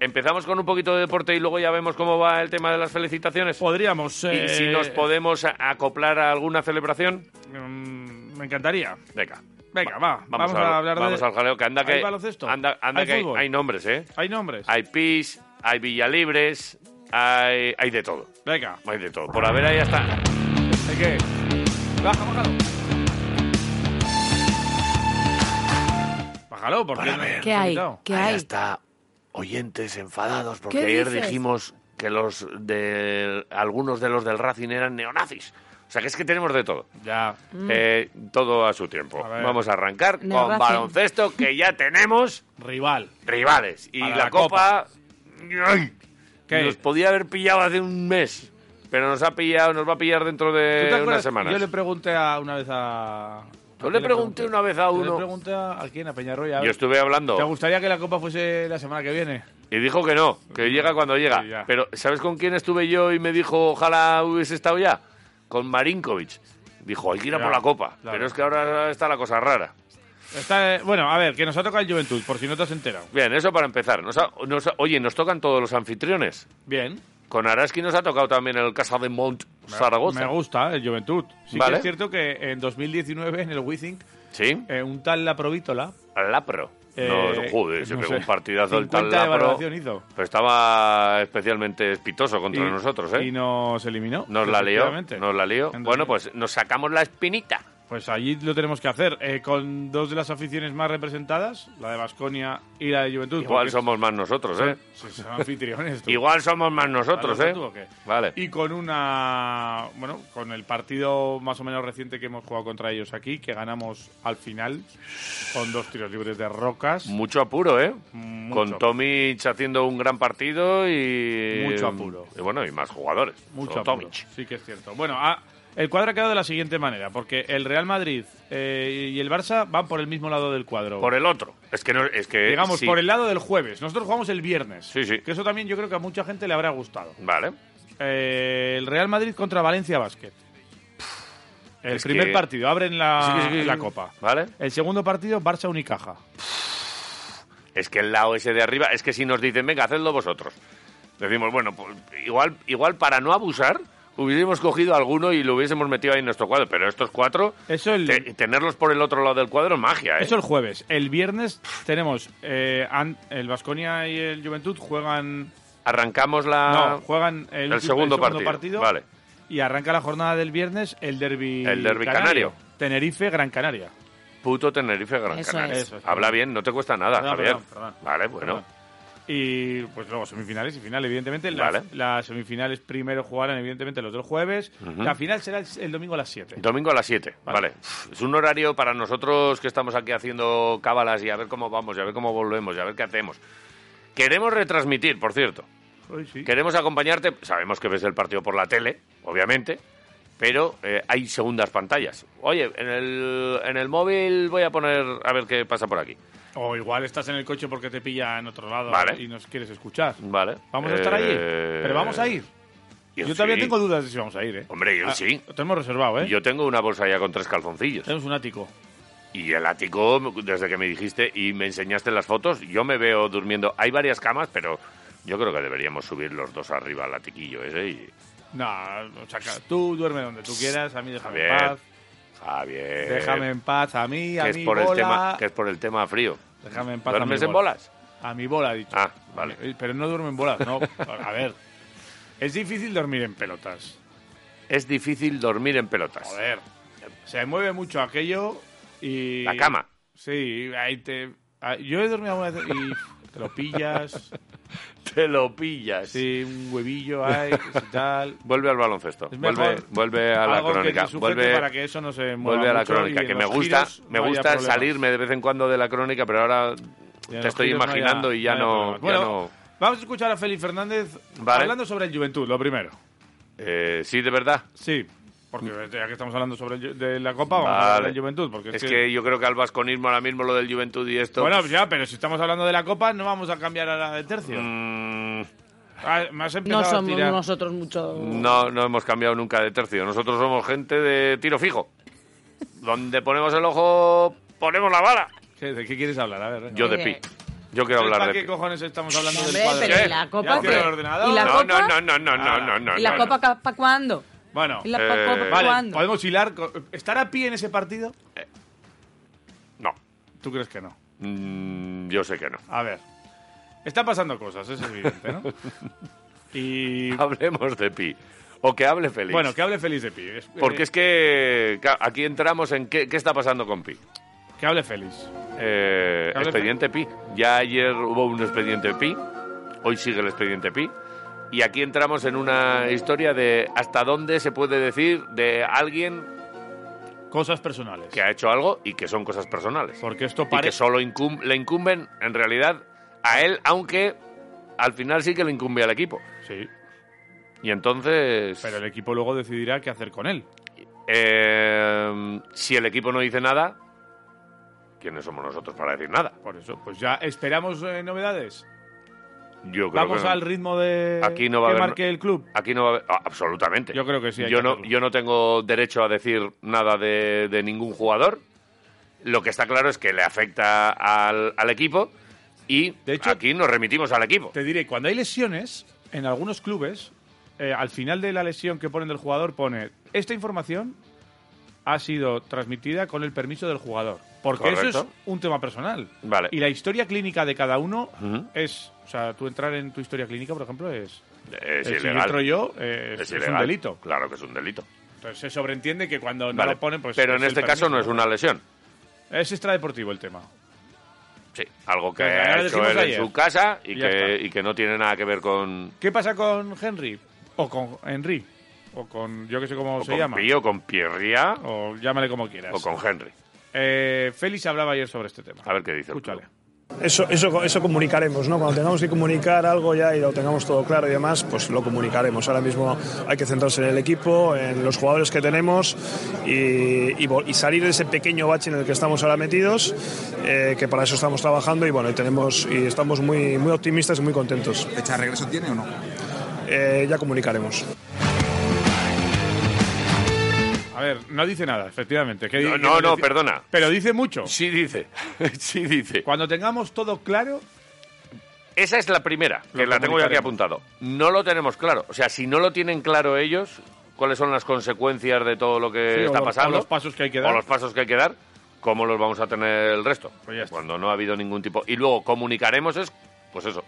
Empezamos con un poquito de deporte y luego ya vemos cómo va el tema de las felicitaciones. Podríamos. Y eh, si nos podemos a- acoplar a alguna celebración. mm, me encantaría. Venga. Venga, Va- va. Vamos, a, hablar vamos de. al jaleo, que anda que ¿Hay baloncesto? anda, anda ¿Hay que hay, fútbol? hay nombres, ¿eh? Hay nombres. Hay pis, hay Villalibres, hay hay de todo. Venga. Hay de todo. Por haber ahí hasta ¿Hay qué? Baja, bájalo. Bájalo, porque. ¿Qué hay? ¿Qué Ahí hay? está oyentes enfadados porque ¿Qué ayer dices? dijimos que los de algunos de los del Racing eran neonazis. O sea, que es que tenemos de todo. Ya. Eh, todo a su tiempo. A ver. Vamos a arrancar con Neorracing. baloncesto que ya tenemos Rival. rivales y Para la, la copa, Copa. ¡ay! ¿Qué? nos podía haber pillado hace un mes, pero nos ha pillado, nos va a pillar dentro de unas semanas. Yo le pregunté a, una vez a. Yo ¿a le quién pregunté una vez a Yo uno. Le pregunté a, ¿a quién, a Peñarroya. Yo estuve ¿Te hablando gustaría que la copa fuese la semana que viene? y dijo que no, que llega cuando llega. Sí, ya. Pero ¿sabes con quién estuve yo y me dijo ojalá hubiese estado ya? Con Marinkovic. Dijo, hay que ir a Ya, por la copa. claro. Pero es que ahora está la cosa rara. Está, eh, bueno, a ver, que nos ha tocado el Juventud, por si no te has enterado. Bien, eso para empezar. Nos ha- nos ha- oye, nos tocan todos los anfitriones. Bien. Con Araski nos ha tocado también el Casa de Mont Zaragoza. Me gusta eh, el Juventud. Sí Vale. que es cierto que en 2019 en el Withink, Sí, eh, un tal La Provítola. al Lapro. no, eh, joder, se no pegó sé, un partidazo el tal 50 de Lapro. valoración hizo. Pero estaba especialmente espitoso contra nosotros, ¿eh? Y nos eliminó. nos la lió, efectivamente. nos la lió. Entonces, Bueno, pues nos sacamos la espinita. Pues allí lo tenemos que hacer. eh, con dos de las aficiones más representadas, la de Vasconia y la de Juventud. Igual porque somos más nosotros, ¿eh? son- son anfitriones. tú. Igual somos más nosotros, ¿Vale, ¿eh? tú o qué? Vale. Y con una. Bueno, con el partido más o menos reciente que hemos jugado contra ellos aquí, que ganamos al final, con dos tiros libres de rocas. Mucho apuro, ¿eh? Mucho Con Tomic haciendo un gran partido y... Mucho apuro. Y bueno, y más jugadores. Mucho Solo apuro. Tomic. Sí que es cierto. Bueno, ah, el cuadro ha quedado de la siguiente manera, porque el Real Madrid eh, y el Barça van por el mismo lado del cuadro. Por el otro. Es que no... Es que... Digamos, sí. por el lado del jueves. Nosotros jugamos el viernes. Sí, sí. Que eso también yo creo que a mucha gente le habrá gustado. Vale. Eh, el Real Madrid contra Valencia Basket. El Es primer que- partido, abren la, Sí, sí, sí, la sí. copa. Vale. El segundo partido, Barça Unicaja. Es que el lado ese de arriba... Es que si nos dicen, venga, hacedlo vosotros. Decimos, bueno, pues, igual, igual para no abusar, hubiésemos cogido alguno y lo hubiésemos metido ahí en nuestro cuadro. Pero estos cuatro... Eso el, Te- tenerlos por el otro lado del cuadro es magia, ¿eh? eso el jueves. El viernes tenemos eh, an- el Vasconia y el Juventud juegan. Arrancamos la... no, juegan el, el último- segundo partido, vale. Y arranca la jornada del viernes el derby. El derbi canario. Tenerife, Gran Canaria. Puto Tenerife Gran Eso Canaria. es. Eso es. Habla bien, no te cuesta nada, Perdón, Javier. perdón, perdón. Vale, bueno. Y pues luego semifinales y final, evidentemente. Las, Vale. las semifinales primero jugarán, evidentemente, los del jueves. La final será el, el domingo a las 7. Domingo a las 7, vale. Vale. Uf, Es un horario para nosotros que estamos aquí haciendo cábalas y a ver cómo vamos, y a ver cómo volvemos, y a ver qué hacemos. Queremos retransmitir, por cierto. Queremos acompañarte. Sabemos que ves el partido por la tele, obviamente, pero eh, hay segundas pantallas. Oye, en el, en el móvil voy a poner a ver qué pasa por aquí. O igual estás en el coche porque te pilla en otro lado Vale. y nos quieres escuchar. Vale. Vamos a estar ahí. Eh, Pero vamos a ir. Yo, todavía sí. tengo dudas de si vamos a ir, ¿eh? Hombre, yo Ah, sí. Lo tenemos reservado, ¿eh? Yo tengo una bolsa ya con tres calzoncillos. Tenemos un ático. Y el ático, desde que me dijiste y me enseñaste las fotos, yo me veo durmiendo. Hay varias camas, pero yo creo que deberíamos subir los dos arriba al atiquillo ese. Y... No, o sea, que tú duerme donde tú quieras, a mí déjame en Javier, paz. Javier. Déjame en paz a mí, a que mi es por bola. el tema Que es por el tema frío. Déjame en paz a mi ¿Duermes en bola. bolas? A mi bola, ha dicho. Ah, vale. Eh, Pero no duermo en bolas, no. A ver. Es difícil dormir en pelotas. Es difícil dormir en pelotas. Joder. Se mueve mucho aquello y. La cama. Sí, ahí te. ah, Yo he dormido alguna vez y te lo pillas. Te lo pillas. Sí, un huevillo ahí y tal. Vuelve al baloncesto. Es Vuelve, mejor vuelve a la Algo que crónica. te sujete Vuelve, para que eso no se mueva Vuelve a la mucho crónica, y que en me los gusta, giros me no haya gusta problemas. salirme de vez en cuando de la crónica, pero ahora Y en te los estoy giros no haya- imaginando y ya haya no, problemas. ya Bueno, no. Vamos a escuchar a Félix Fernández Vale. hablando sobre el Juventud, lo primero. Eh, sí, de verdad. Sí, porque ya que estamos hablando sobre el Ju- de la Copa, vamos a Vale. hablar del Juventud. Porque es, es que yo creo que al vasconismo ahora mismo lo del Juventud y esto. Bueno, ya, pero si estamos hablando de la Copa, no vamos a cambiar a la de tercio. mm, Ah, me has empezado No a somos tirar. nosotros mucho. no, no hemos cambiado nunca de tercio. Nosotros somos gente de tiro fijo. Donde ponemos el ojo, ponemos la bala. ¿Qué- ¿De qué quieres hablar? A ver. venga. Yo de Oye. pi. Yo quiero ¿Para hablar de qué pi. cojones estamos hablando Hombre, del padre? pero ¿Qué? ¿y la Ya copa? tiene qué? el ordenador. Ah, ¿Y la No, copa? no, no, no, no, no, no, no. Ah, ¿Y la no. copa para cuándo? Bueno, ¿Y la Eh, pa- copa pa' vale, cuándo? ¿podemos hilar? con- ¿Estar a pie en ese partido? Eh. No. ¿Tú crees que no? Mm, yo sé que no. A ver. Están pasando cosas, eso es evidente, ¿no? y... Hablemos de pi. O que hable feliz. Bueno, que hable feliz de Pi. Es- Porque eh, es que claro, aquí entramos en qué, qué está pasando con Pi. Que hable feliz. Eh, Hable- expediente Pi. Ya ayer hubo un expediente Pi, hoy sigue el expediente Pi. Y aquí entramos en una historia de hasta dónde se puede decir de alguien Cosas personales. que ha hecho algo y que son cosas personales. Porque esto Y que parece... solo incum- le incumben, en realidad, a él, aunque al final sí que le incumbe al equipo. Sí, Y entonces... pero el equipo luego decidirá qué hacer con él. Eh, si el equipo no dice nada, ¿quiénes somos nosotros para decir nada? Por eso, pues ya esperamos eh, novedades. Yo creo Vamos que no. al ritmo de Aquí no va a que haber- ¿Eh? marque el club. Aquí no va a haber- ah, absolutamente. Yo creo que sí, hay Yo que no, hacerlo. yo no tengo derecho a decir nada de, de ningún jugador. Lo que está claro es que le afecta al, al equipo y De hecho- aquí nos remitimos al equipo. Te diré, cuando hay lesiones, en algunos clubes, eh, al final de la lesión que ponen del jugador, pone esta información ha sido transmitida con el permiso del jugador. Porque eso es Correcto. un tema personal. Vale. Y la historia clínica de cada uno Ujú. es. O sea, tú entrar en tu historia clínica, por ejemplo, es. Es, eh, si yo ilegal. entro yo, eh, es, es es, un ilegal. delito. Claro que es un delito. Entonces se sobreentiende que cuando no Vale. lo ponen, pues. Pero en el este caso no es permiso. una lesión. Es extradeportivo el tema. Sí, algo que Venga, ya lo ha hecho dijimos él en ayer. su casa y Y ya que, está. y que no tiene nada que ver con, ¿Qué pasa con Henry? O con Henry. O con. Yo que sé cómo o se con llama. Pi, o con Pierria O llámale como quieras. o con Henry. Eh, Félix hablaba ayer sobre este tema. A ver qué dice. el Escúchale. club. Eso, eso, eso comunicaremos, ¿no? Cuando tengamos que comunicar algo ya y lo tengamos todo claro y demás, pues lo comunicaremos. Ahora mismo hay que centrarse en el equipo, en los jugadores que tenemos y, y vol- y salir de ese pequeño bache en el que estamos ahora metidos, eh, que para eso estamos trabajando y bueno, y tenemos y estamos muy, muy optimistas y muy contentos. ¿Fecha de regreso tiene o no? Eh, ya comunicaremos. A ver, no dice nada, efectivamente. ¿Qué di- No, qué no, no, dice? perdona. Pero dice mucho. Sí dice, sí dice. Cuando tengamos todo claro, Esa es la primera, que Lo la tengo yo aquí comunicaremos. apuntado. No lo tenemos claro. O sea, si no lo tienen claro ellos, cuáles son las consecuencias de todo lo que Sí, o está los- pasando. o los pasos que hay que dar. O los pasos que hay que dar, ¿cómo los vamos a tener el resto? Pues ya está. Cuando no ha habido ningún tipo. Y luego comunicaremos es, pues eso,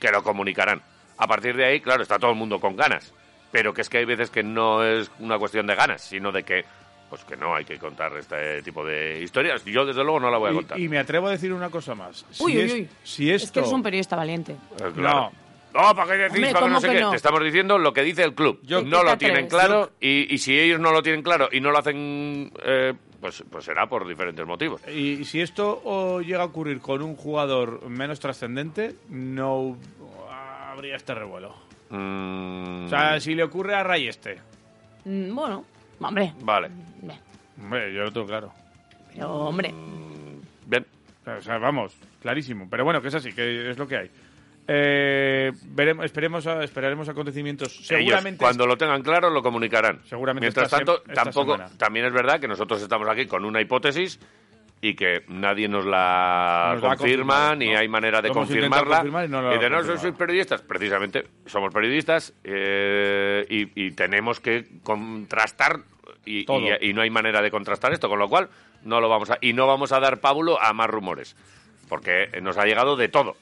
que lo comunicarán. A partir de ahí, claro, está todo el mundo con ganas. Pero que es que hay veces que no es una cuestión de ganas, sino de que, pues que no hay que contar este tipo de historias. Yo, desde luego, no la voy a contar. y, y me atrevo a decir una cosa más. Si Uy, uy, es- uy. Si esto, Es que eres un periodista valiente. Eh, claro. No, ¿para qué decís? Hombre, ¿Para qué no ¿cómo sé que qué? no? Te estamos diciendo lo que dice el club. Yo- no ¿Qué lo te tienen atreves? claro y, y si ellos no lo tienen claro y no lo hacen, eh, pues, pues será por diferentes motivos. y si esto o llega a ocurrir con un jugador menos trascendente, no habría este revuelo. Mm, O sea, si le ocurre a este. Rayeste. Mm, Bueno, hombre. Vale. Bien. Hombre, yo lo tengo claro. Pero, hombre. Bien. O sea, vamos, clarísimo. Pero bueno, que es así, que es lo que hay. Eh, veremos, esperemos a- esperaremos acontecimientos. Ellos, Seguramente cuando lo tengan claro, lo comunicarán. Seguramente Mientras esta sem- tanto, esta tampoco. semana. También es verdad que nosotros estamos aquí con una hipótesis y que nadie nos la Nos la ha confirma, confirmado, ni no. hay manera de Lo hemos intentado confirmarla. confirmar y no lo ha de no, confirmado". sois periodistas. Precisamente, somos periodistas eh, y, y tenemos que contrastar. Y, Todo. y- y no hay manera de contrastar esto, con lo cual no lo vamos a y no vamos a dar pábulo a más rumores, porque nos ha llegado de todo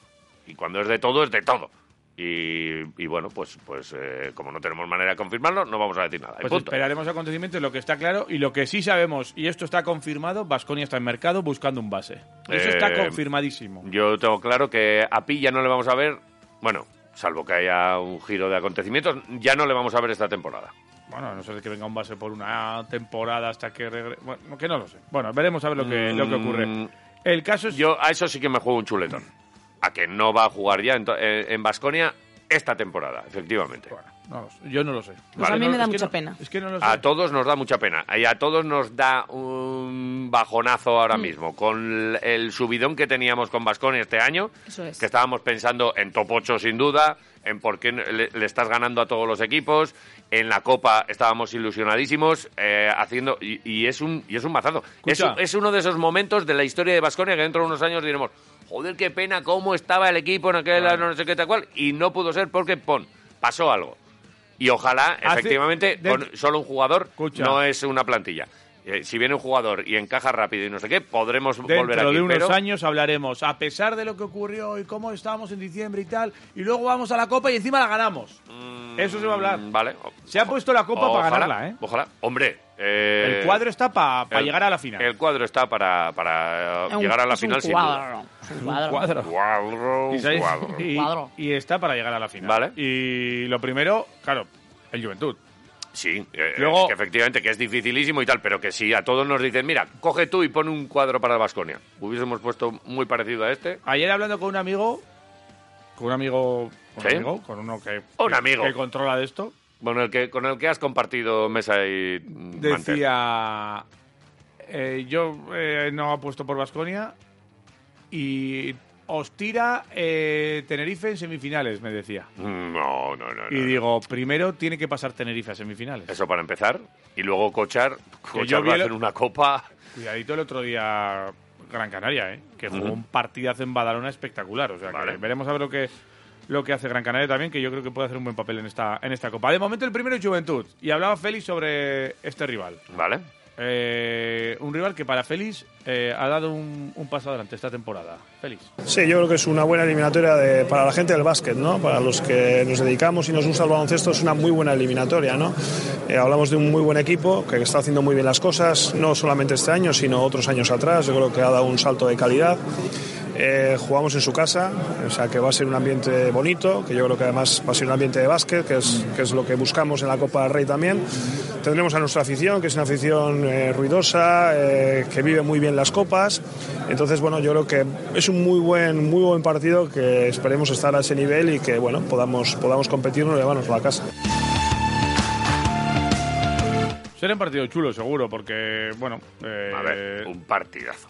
y cuando es de todo es de todo y, y bueno pues pues eh, como no tenemos manera de confirmarlo no vamos a decir nada. y Pues punto. esperaremos acontecimientos, lo que está claro y lo que sí sabemos, y esto está confirmado, Vasconia está en mercado buscando un base. Eso Eh, está confirmadísimo. Yo tengo claro que a Pi ya no le vamos a ver, bueno, salvo que haya un giro de acontecimientos, ya no le vamos a ver esta temporada. Bueno, a no ser que venga un base por una temporada hasta que regre- Bueno, que no lo sé. Bueno, veremos a ver lo que, lo que ocurre. Mm. El caso es... Yo a eso sí que me juego un chuletón. a que no va a jugar ya en to- eh, en Basconia esta temporada, efectivamente. No lo sé, yo no lo sé. Pues Vale. a mí me da Es que mucha no- pena. Es que no lo Ah, sé. A todos nos da mucha pena y a todos nos da un bajonazo Mm. ahora mismo con el subidón que teníamos con Vasconi este año, Eso Pues. es. que estábamos pensando en top 8 sin duda, en por qué le, le estás ganando a todos los equipos, en la Copa estábamos ilusionadísimos eh, haciendo y, y es un y es un mazazo. Es, Escucha. un- es uno de esos momentos de la historia de Vasconia que dentro de unos años diremos, joder, qué pena cómo estaba el equipo en aquel Claro. año, no sé qué tal cual y no pudo ser porque pon, pasó algo. Y ojalá Hace- Efectivamente, de- con solo un jugador Escucha. no es una plantilla. Eh, si viene un jugador y encaja rápido y no sé qué, podremos volver Dentro aquí. de unos pero años hablaremos, a pesar de lo que ocurrió y cómo estábamos en diciembre y tal, y luego vamos a la Copa y encima la ganamos. Eso se va a hablar. mm, Vale. O- Se ha puesto la copa para ojalá, ganarla, ¿eh? Ojalá. Hombre. eh, el cuadro está para el- llegar a la final. El cuadro está para, para eh, Es un- llegar a la es un final sin duda. cuadro, es un cuadro. Cuadro, Y, sabes- cuadro. y- Cuadro. y está para llegar a la final. Vale. Y lo primero, claro, el Juventud. Sí, eh, Luego- es que efectivamente que es dificilísimo y tal, pero que si a todos nos dicen, mira, coge tú y pon un cuadro para Vasconia. Hubiésemos puesto muy parecido a este. Ayer hablando con un amigo, con un amigo, con, Sí. un amigo, con uno que, Un que- amigo. que controla de esto, Con el que, con el que has compartido mesa y mm, mantel. decía eh, yo eh, no apuesto por Vasconia y os tira eh, Tenerife en semifinales, me decía. No, no, no. Y no. digo, primero tiene que pasar Tenerife a semifinales. Eso para empezar. Y luego Cochar. yo Cochar vi va a el- hacer una copa. Cuidadito el otro día Gran Canaria, ¿eh? que jugó Ujú. un partidazo en Badalona espectacular. O sea, que Vale. veremos a ver lo que, lo que hace Gran Canaria también, que yo creo que puede hacer un buen papel en esta, en esta Copa. De momento el primero es Juventud. Y hablaba Félix sobre este rival. ¿Vale? Eh, un rival que para Félix eh, ha dado un, un paso adelante esta temporada. Félix. Sí, yo creo que es una buena eliminatoria de- para la gente del básquet, ¿no? Para los que nos dedicamos y nos gusta el baloncesto es una muy buena eliminatoria, ¿no? Eh, hablamos de un muy buen equipo que está haciendo muy bien las cosas, no solamente este año, sino otros años atrás. Yo creo que ha dado un salto de calidad. Eh, jugamos en su casa, o sea que va a ser un ambiente bonito, que yo creo que además va a ser un ambiente de básquet, que es, que es lo que buscamos en la Copa del Rey también. Tendremos a nuestra afición, que es una afición eh, ruidosa, eh, que vive muy bien las copas. Entonces, bueno, yo creo que es un muy buen, muy buen partido que esperemos estar a ese nivel y que, bueno, podamos, podamos competirnos y llevarnos a la casa. Será un partido chulo, seguro, porque, bueno. eh, A ver, un partidazo.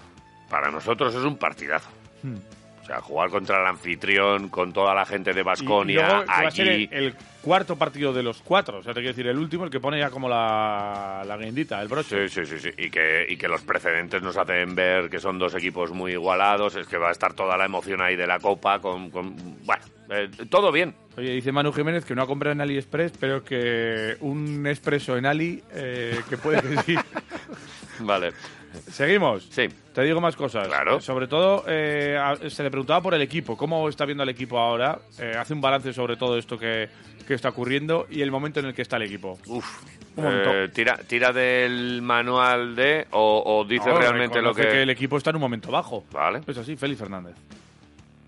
Para nosotros es un partidazo. Hmm. O sea, jugar contra el anfitrión, con toda la gente y- de y luego Basconia, que va a ser allí. el, el cuarto partido de los cuatro. O sea, te quiero decir, el último, el que pone ya como la, la guindita, el broche. Sí, sí, sí, sí. Y que, y que los precedentes nos hacen ver que son dos equipos muy igualados. Es que va a estar toda la emoción ahí de la copa. Con, con- bueno, eh, todo bien. Oye, dice Manu Jiménez que no ha comprado en AliExpress, pero que un expreso en Ali, eh, que puede que sí. Vale. Seguimos. Sí. Te digo más cosas. Claro. Eh, Sobre todo, eh, a- se le preguntaba por el equipo. ¿Cómo está viendo el equipo ahora? Eh, hace un balance sobre todo esto que, que está ocurriendo y el momento en el que está el equipo. Uf. Un montón. Eh, tira, tira del manual de o, o dice No, realmente lo que... reconoce el equipo está en un momento bajo. Vale. Es así, Félix Fernández.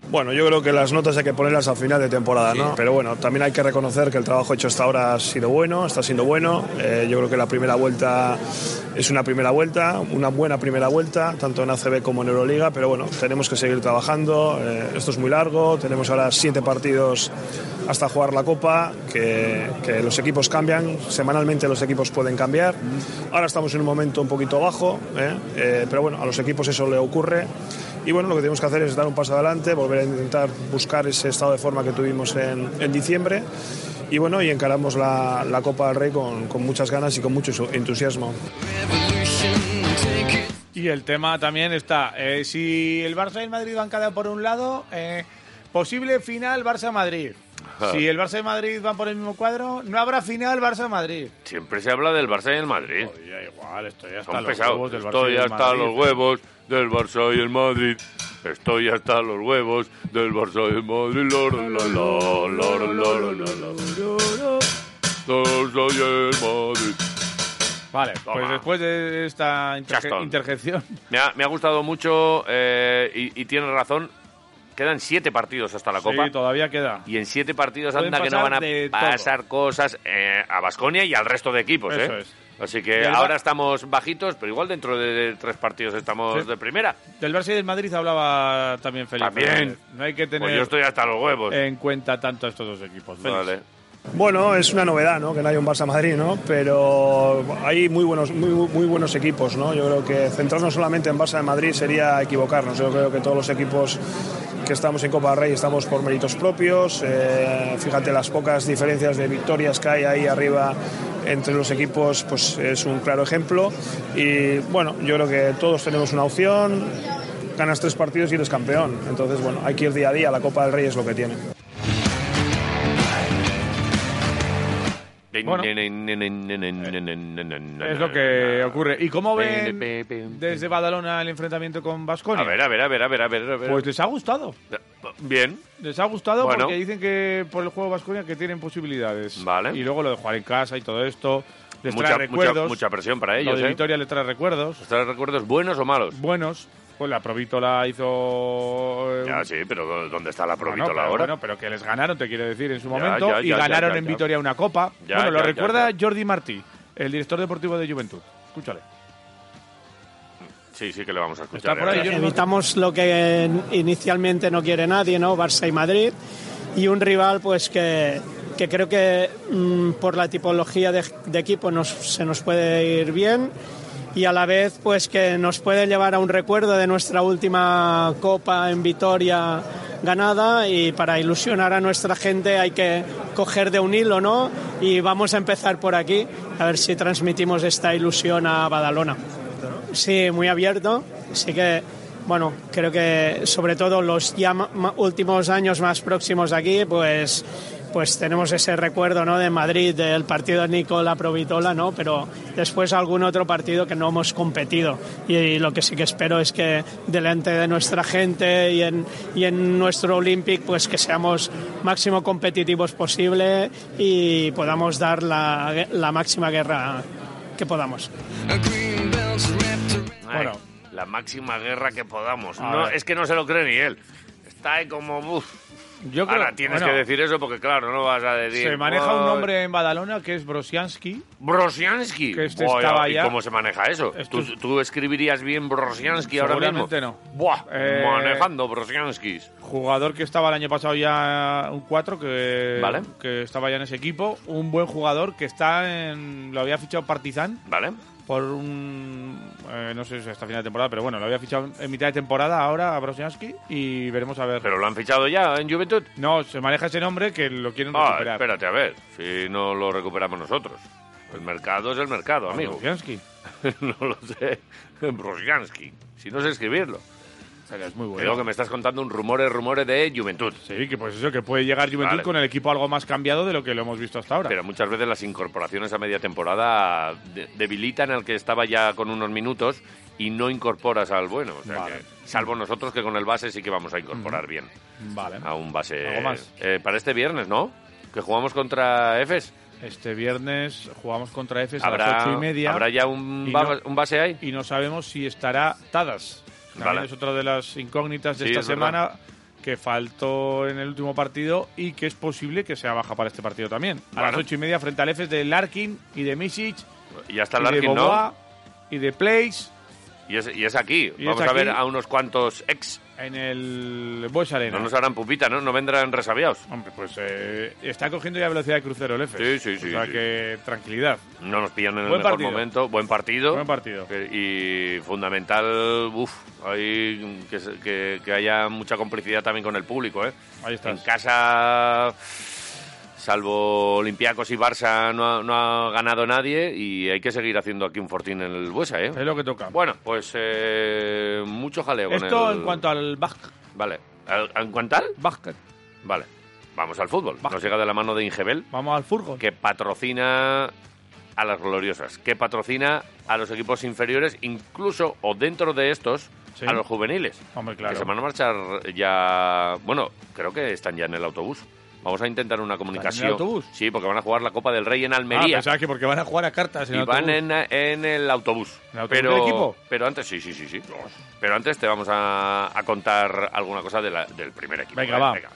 Bueno, yo creo que las notas hay que ponerlas al final de temporada, ¿no? Pero bueno, también hay que reconocer que el trabajo hecho hasta ahora ha sido bueno, está siendo bueno. Eh, yo creo que la primera vuelta es una primera vuelta, una buena primera vuelta, tanto en ACB como en Euroliga, pero bueno, tenemos que seguir trabajando. Eh, esto es muy largo, tenemos ahora siete partidos hasta jugar la Copa, que, que los equipos cambian, semanalmente los equipos pueden cambiar. Ahora estamos en un momento un poquito bajo, ¿eh? Eh, pero bueno, a los equipos eso le ocurre. Y bueno, lo que tenemos que hacer es dar un paso adelante, volver a intentar buscar ese estado de forma que tuvimos en, en diciembre. Y bueno, y encaramos la, la Copa del Rey con, con muchas ganas y con mucho entusiasmo. Y el tema también está, eh, si el Barça y el Madrid van cada por un lado, eh, posible final Barça-Madrid. Si el Barça y Madrid van por el mismo cuadro, no habrá final Barça-Madrid. Siempre se habla del Barça y el Madrid. Oye, igual, estoy hasta Son los pesados. huevos del Barça Estoy y del hasta Madrid. ¿eh? los huevos del Barça y el Madrid. Estoy hasta los huevos del Barça y el Madrid. La, la, la, la, la, la, la, la, la. Barça y el Madrid. Vale, pues Toma. después de esta interje- Chastón. interjección, Me ha, me ha gustado mucho eh, y, y tienes razón. Quedan siete partidos hasta la Copa. sí, todavía queda. Y en siete partidos Pueden anda que no pasar van a de pasar cosas eh, a Basconia y al resto de equipos. Eso ¿eh? es. Así que Del Bar- ahora estamos bajitos, pero igual dentro de tres partidos estamos Sí. de primera. Del Barça y del Madrid hablaba también Felipe. También. No hay que tener Pues yo estoy hasta los huevos. en cuenta tanto a estos dos equipos. Félix. Vale. Bueno, es una novedad, ¿no? Que no haya un Barça Madrid, ¿no? Pero hay muy buenos, muy, muy buenos equipos, ¿no? Yo creo que centrarnos solamente en Barça de Madrid sería equivocarnos. Yo creo que todos los equipos que estamos en Copa del Rey estamos por méritos propios. Eh, fíjate las pocas diferencias de victorias que hay ahí arriba entre los equipos, pues es un claro ejemplo. Y bueno, yo creo que todos tenemos una opción. Ganas tres partidos y eres campeón. Entonces, bueno, hay que ir día a día. La Copa del Rey es lo que tiene. Bueno. Es lo que ocurre. ¿Y cómo ven desde Badalona el enfrentamiento con Vasconia? A ver, a ver, a ver, a ver, a ver. a ver. Pues les ha gustado. Bien. Les ha gustado Bueno. porque dicen que por el juego Vasconia que tienen posibilidades. Vale. Y luego lo de jugar en casa y todo esto. Les Mucha, trae mucha- recuerdos. mucha presión para Lo ellos, de ¿eh? Vitoria les trae recuerdos. ¿Estos recuerdos buenos o malos? Buenos. Pues la Provítola hizo. eh, Ya, sí, pero ¿dónde está la Bueno, provítola pero, ahora? bueno, pero que les ganaron, te quiero decir, en su Ya, momento. ya, y ya, ganaron ya, ya, en ya. Vitoria una copa. Ya, bueno, lo ya, ya, recuerda ya. Jordi Martí, el director deportivo de Juventud. Escúchale. Sí, sí que le vamos a Está escuchar. por ¿eh? ahí, Jordi Martí. evitamos lo que inicialmente no quiere nadie, ¿no? Barça y Madrid. Y un rival, pues que, que creo que mm, por la tipología de, de equipo nos, se nos puede ir bien. Y a la vez, pues que nos puede llevar a un recuerdo de nuestra última Copa en Vitoria ganada. Y para ilusionar a nuestra gente hay que coger de un hilo, ¿no? Y vamos a empezar por aquí, a ver si transmitimos esta ilusión a Badalona. Sí, muy abierto. Así que, bueno, creo que sobre todo los ya ma- ma- últimos años más próximos de aquí, pues, pues tenemos ese recuerdo ¿no? de Madrid, del partido de Nicola Provitola, ¿no? pero después algún otro partido que no hemos competido. Y, lo que sí que espero es que delante de nuestra gente y en, y en nuestro Olympic, pues que seamos máximo competitivos posible y podamos dar la, la máxima guerra que podamos. Ay, Bueno. La máxima guerra que podamos. A No, ver. es que no se lo cree ni él. Está ahí como... uf. Yo creo- Ahora tienes bueno, que decir eso porque, claro, no vas a decir... Se maneja un "Buah, nombre en Badalona que es Brosiansky. Brosiansky. Que este Buah, estaba ¿y ya- cómo se maneja eso? Esto ¿Tú, es- tú escribirías bien Brosiansky ahora mismo? Seguramente no. Buah, Eh, manejando Brosianskis. Jugador que estaba el año pasado ya un 4, que, Vale. que estaba ya en ese equipo. Un buen jugador que está en. Lo había fichado Partizan ¿Vale? por un. eh, no sé si hasta final de temporada, pero bueno, lo había fichado en mitad de temporada ahora a Brosiansky y veremos a ver. ¿Pero lo han fichado ya en Juventud? No, se maneja ese nombre que lo quieren Ah, recuperar. espérate, a ver. Si no lo recuperamos nosotros. El mercado es el mercado, amigo. Brosiansky. no lo sé. Pues Brosiansky. Si no sé escribirlo. Sería, es muy bueno. Creo que me estás contando un rumores, rumores de Juventud. Sí, que pues eso, que puede llegar Juventud Vale. con el equipo algo más cambiado de lo que lo hemos visto hasta ahora. Pero muchas veces las incorporaciones a media temporada de- debilitan al que estaba ya con unos minutos y no incorporas al bueno. O sea Vale. que, salvo nosotros que con el base sí que vamos a incorporar bien vale. a un base. ¿Algo más? Eh, para este viernes, ¿no? Que jugamos contra EFES. Este viernes jugamos contra EFES a Habrá, las ocho y media. ¿Habrá ya un, Y ba- no- un base ahí? y no sabemos si estará Tadas. También Vale. es otra de las incógnitas de Sí, esta es semana verdad. que faltó en el último partido y que es posible que sea baja para este partido también. A Bueno. las ocho y media frente al EFES de Larkin y de Misic Y ya y está de Larkin, Boboa ¿no? y de Place Y es, y es aquí. Y es vamos a ver aquí. a unos cuantos ex. en el Bosch Arena. No nos harán pupita, ¿no? No vendrán resabiados. Hombre, pues eh, está cogiendo ya velocidad de crucero el EFES. Sí, sí, sí, O sea sí. que tranquilidad. No nos pillan en Buen el mejor partido. momento. Buen partido. Buen partido. Que- Y fundamental, uff, que, se- que, que haya mucha complicidad también con el público, ¿eh? Ahí En estás. casa, salvo Olympiacos y Barça, no ha, no ha ganado nadie y hay que seguir haciendo aquí un fortín en el Buesa, ¿eh? Es lo que toca. Bueno, pues eh, mucho jaleo con Esto el- en cuanto al bas- Vale. Al- ¿En cuanto al? básquet. Vale. Vamos al fútbol. Va. Nos llega de la mano de Ingebel Vamos al furgo. que patrocina a las gloriosas, que patrocina a los equipos inferiores, incluso o dentro de estos, Sí. a los juveniles. Hombre, claro. Que se van a marchar ya. Bueno, creo que están ya en el autobús. Vamos a intentar una comunicación. autobús? Sí, porque van a jugar la Copa del Rey en Ah, Almería. pensaba que porque van a jugar a cartas. en y van este autobús. en, en el autobús. ¿En el autobús pero, del equipo? pero antes, sí, sí, sí, sí. Pero antes te vamos a, a contar alguna cosa de la- del primer ¿eh? equipo. Venga, ¿vale? va.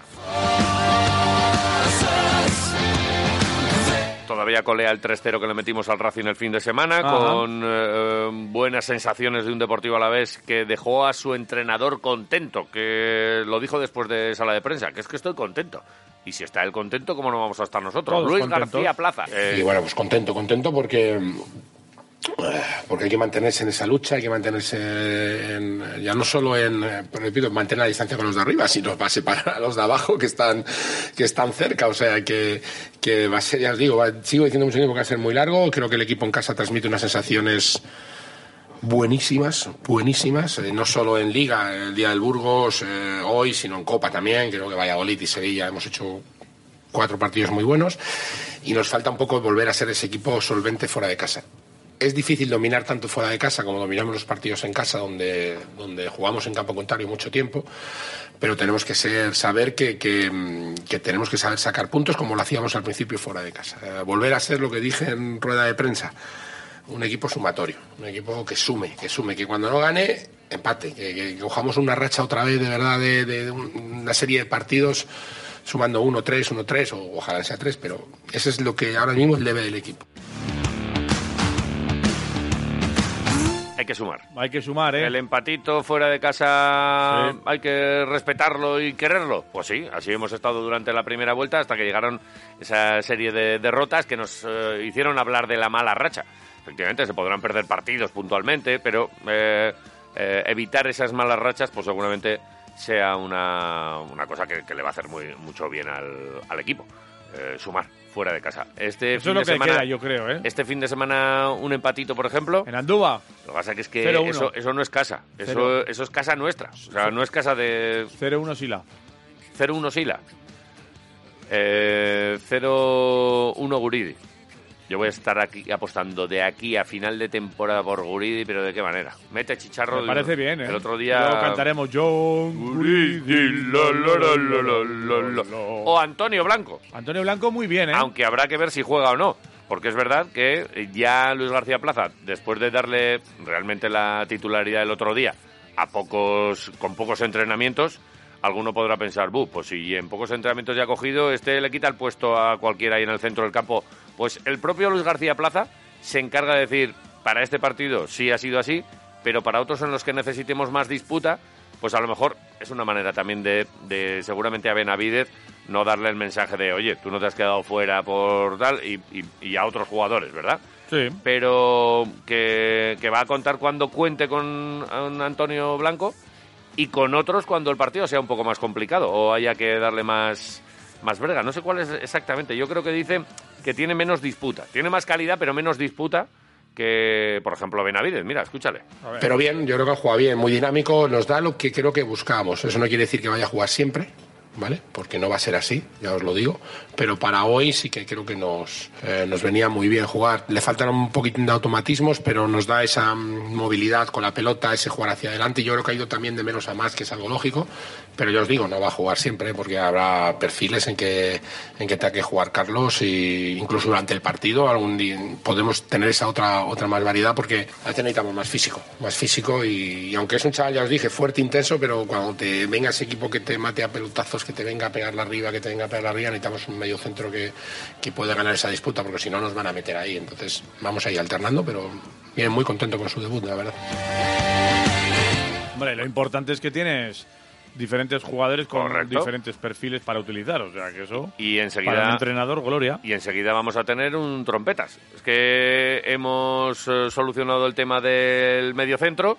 Todavía Marbella colea el 3-0 que le metimos al Racing el fin de semana, Ajá. con eh, buenas sensaciones de un Deportivo a la vez que dejó a su entrenador contento, que lo dijo después de sala de prensa, que es que estoy contento. Y si está él contento, ¿cómo no vamos a estar nosotros? Todos Luis contentos. García Plaza. Eh, Y bueno, pues contento, contento porque, eh, porque hay que mantenerse en esa lucha, hay que mantenerse en- ya no solo en, eh, repito, mantener la distancia con los de arriba, sino va a separar a los de abajo que están, que están cerca. O sea, que, que va a ser, ya os digo, va- sigo diciendo mucho tiempo que va a ser muy largo. Creo que el equipo en casa transmite unas sensaciones buenísimas, buenísimas, eh, no solo en Liga, eh, el día del Burgos, eh, hoy, sino en Copa también. Creo que Valladolid y Sevilla hemos hecho cuatro partidos muy buenos y nos falta un poco volver a ser ese equipo solvente fuera de casa. Es difícil dominar tanto fuera de casa como dominamos los partidos en casa, donde, donde jugamos en campo contrario mucho tiempo, pero tenemos que ser, saber que, que, mm, que tenemos que saber sacar puntos como lo hacíamos al principio fuera de casa. Eh, volver a ser lo que dije en rueda de prensa, un equipo sumatorio, un equipo que sume, que sume, que cuando no gane, empate, que, que cojamos una racha otra vez de verdad de, de- de un- una serie de partidos sumando 1-3, 1-3 o ojalá sea 3, pero ese es lo que ahora mismo es el debe del equipo. hay que sumar. Hay que sumar, ¿eh? El empatito fuera de casa Sí. hay que respetarlo y quererlo. Pues sí, así hemos estado durante la primera vuelta hasta que llegaron esa serie de derrotas que nos eh, hicieron hablar de la mala racha. Efectivamente, se podrán perder partidos puntualmente, pero eh, eh, evitar esas malas rachas pues seguramente sea una, una cosa que, que le va a hacer muy, mucho bien al, al equipo. Eh, sumar fuera de casa. Este Eso fin es lo de que semana, queda, yo creo, ¿eh? Este fin de semana un empatito, por ejemplo. En Andúba, Lo que pasa que es que 0-1. eso, eso no es casa. Eso, Cero. eso es casa nuestra. O sea, no es casa de 0-1 Sila. 0-1 Sila. Eh, 0-1 Guridi. Yo voy a estar aquí apostando de aquí a final de temporada por Guridi, pero ¿de qué manera? Mete chicharro. Me parece bien, ¿eh? El otro día... Luego cantaremos John Guridi, la, la, la, la, la, la, la. O Antonio Blanco. Antonio Blanco muy bien, ¿eh? Aunque habrá que ver si juega o no. Porque es verdad que ya Luis García Plaza, después de darle realmente la titularidad el otro día, a pocos, con pocos entrenamientos, alguno podrá pensar, "Bu, pues si en pocos entrenamientos ya ha cogido, este le quita el puesto a cualquiera ahí en el centro del campo. Pues el propio Luis García Plaza se encarga de decir, para este partido sí ha sido así, pero para otros en los que necesitemos más disputa, pues a lo mejor es una manera también de, de seguramente a Benavidez no darle el mensaje de, oye, tú no te has quedado fuera por tal, y, y- y a otros jugadores, ¿verdad? Sí. Pero que, que va a contar cuando cuente con un Antonio Blanco y con otros cuando el partido sea un poco más complicado o haya que darle más, más brega. No sé cuál es exactamente. Yo creo que dice que tiene menos disputa. Tiene más calidad, pero menos disputa que, por ejemplo, Benavides. Mira, escúchale. Pero bien, yo creo que juega bien, muy dinámico, nos da lo que creo que buscábamos. Eso no quiere decir que vaya a jugar siempre, ¿vale? Porque no va a ser así, ya os lo digo. Pero para hoy sí que creo que nos, eh, nos venía muy bien jugar. Le faltaron un poquitín de automatismos, pero nos da esa mm, movilidad con la pelota, ese jugar hacia adelante. Yo creo que ha ido también de menos a más, que es algo lógico. Pero yo os digo, no va a jugar siempre, porque habrá perfiles en que, en que tenga que jugar Carlos y incluso durante el partido algún día podemos tener esa otra, otra más variedad porque a veces necesitamos más físico, más físico y, y aunque es un chaval, ya os dije, fuerte, intenso, pero cuando te venga ese equipo que te mate a pelotazos, que te venga a pegar la arriba, que te venga a pegar la arriba, necesitamos un medio centro que, que pueda ganar esa disputa porque si no nos van a meter ahí. Entonces vamos a ir alternando, pero viene muy contento con su debut, la verdad. Hombre, lo importante es que tienes diferentes jugadores con Correcto. diferentes perfiles para utilizar. O sea, que eso. Y Para un enseguida entrenador, gloria. Y enseguida vamos a tener un trompetas. Es que hemos eh, solucionado el tema del mediocentro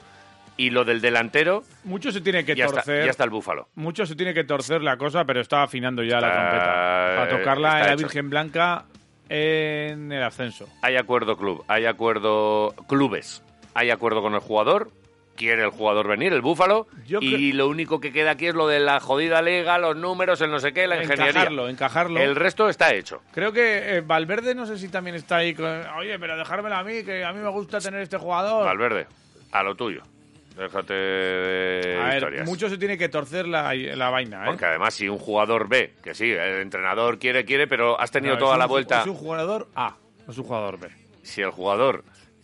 y lo del delantero Mucho se tiene que y hasta, torcer. y hasta el búfalo. Mucho se tiene que torcer la cosa, pero está afinando ya la Está- trompeta. Para tocarla está en la hecho. Virgen Blanca en el ascenso. Hay acuerdo club, hay acuerdo clubes, hay acuerdo con el jugador. Quiere el jugador venir, el búfalo, Yo y lo único que queda aquí es lo de la jodida liga, los números, el no sé qué, la ingeniería. Encajarlo, encajarlo. El resto está hecho. Creo que eh, Valverde no sé si también está ahí con... Oye, pero dejármela a mí, que a mí me gusta tener este jugador. Valverde, a lo tuyo. Déjate de a ver, historias. mucho se tiene que torcer la, la vaina, ¿eh? Porque además, si un jugador ve, que sí, el entrenador quiere, quiere, pero has tenido No, es toda un la ju- vuelta. Es un jugador A, no es un jugador B. Si el jugador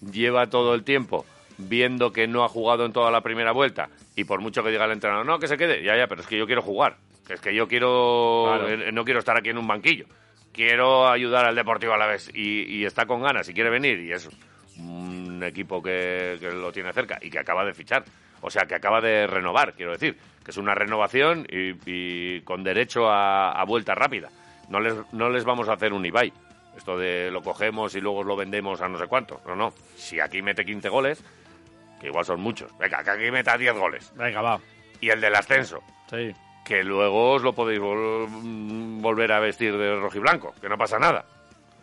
lleva todo el tiempo viendo que no ha jugado en toda la primera vuelta, y por mucho que diga el entrenador, no, que se quede, ya, ya, pero es que yo quiero jugar, que es que yo quiero, Claro. eh, no quiero estar aquí en un banquillo. quiero ayudar al Deportivo a la vez y, y está con ganas y quiere venir y es un equipo que, que lo tiene cerca y que acaba de fichar. O sea, que acaba de renovar, quiero decir, que es una renovación y, y con derecho a, a vuelta rápida. No les, no les vamos a hacer un Ibai. Esto de lo cogemos y luego lo vendemos a no sé cuánto. No, no. Si aquí mete 15 goles, que igual son muchos. Venga, que aquí meta 10 goles. Venga, va. Y el del ascenso, Sí. que luego os lo podéis vol- mm, volver a vestir de rojiblanco, que no pasa nada.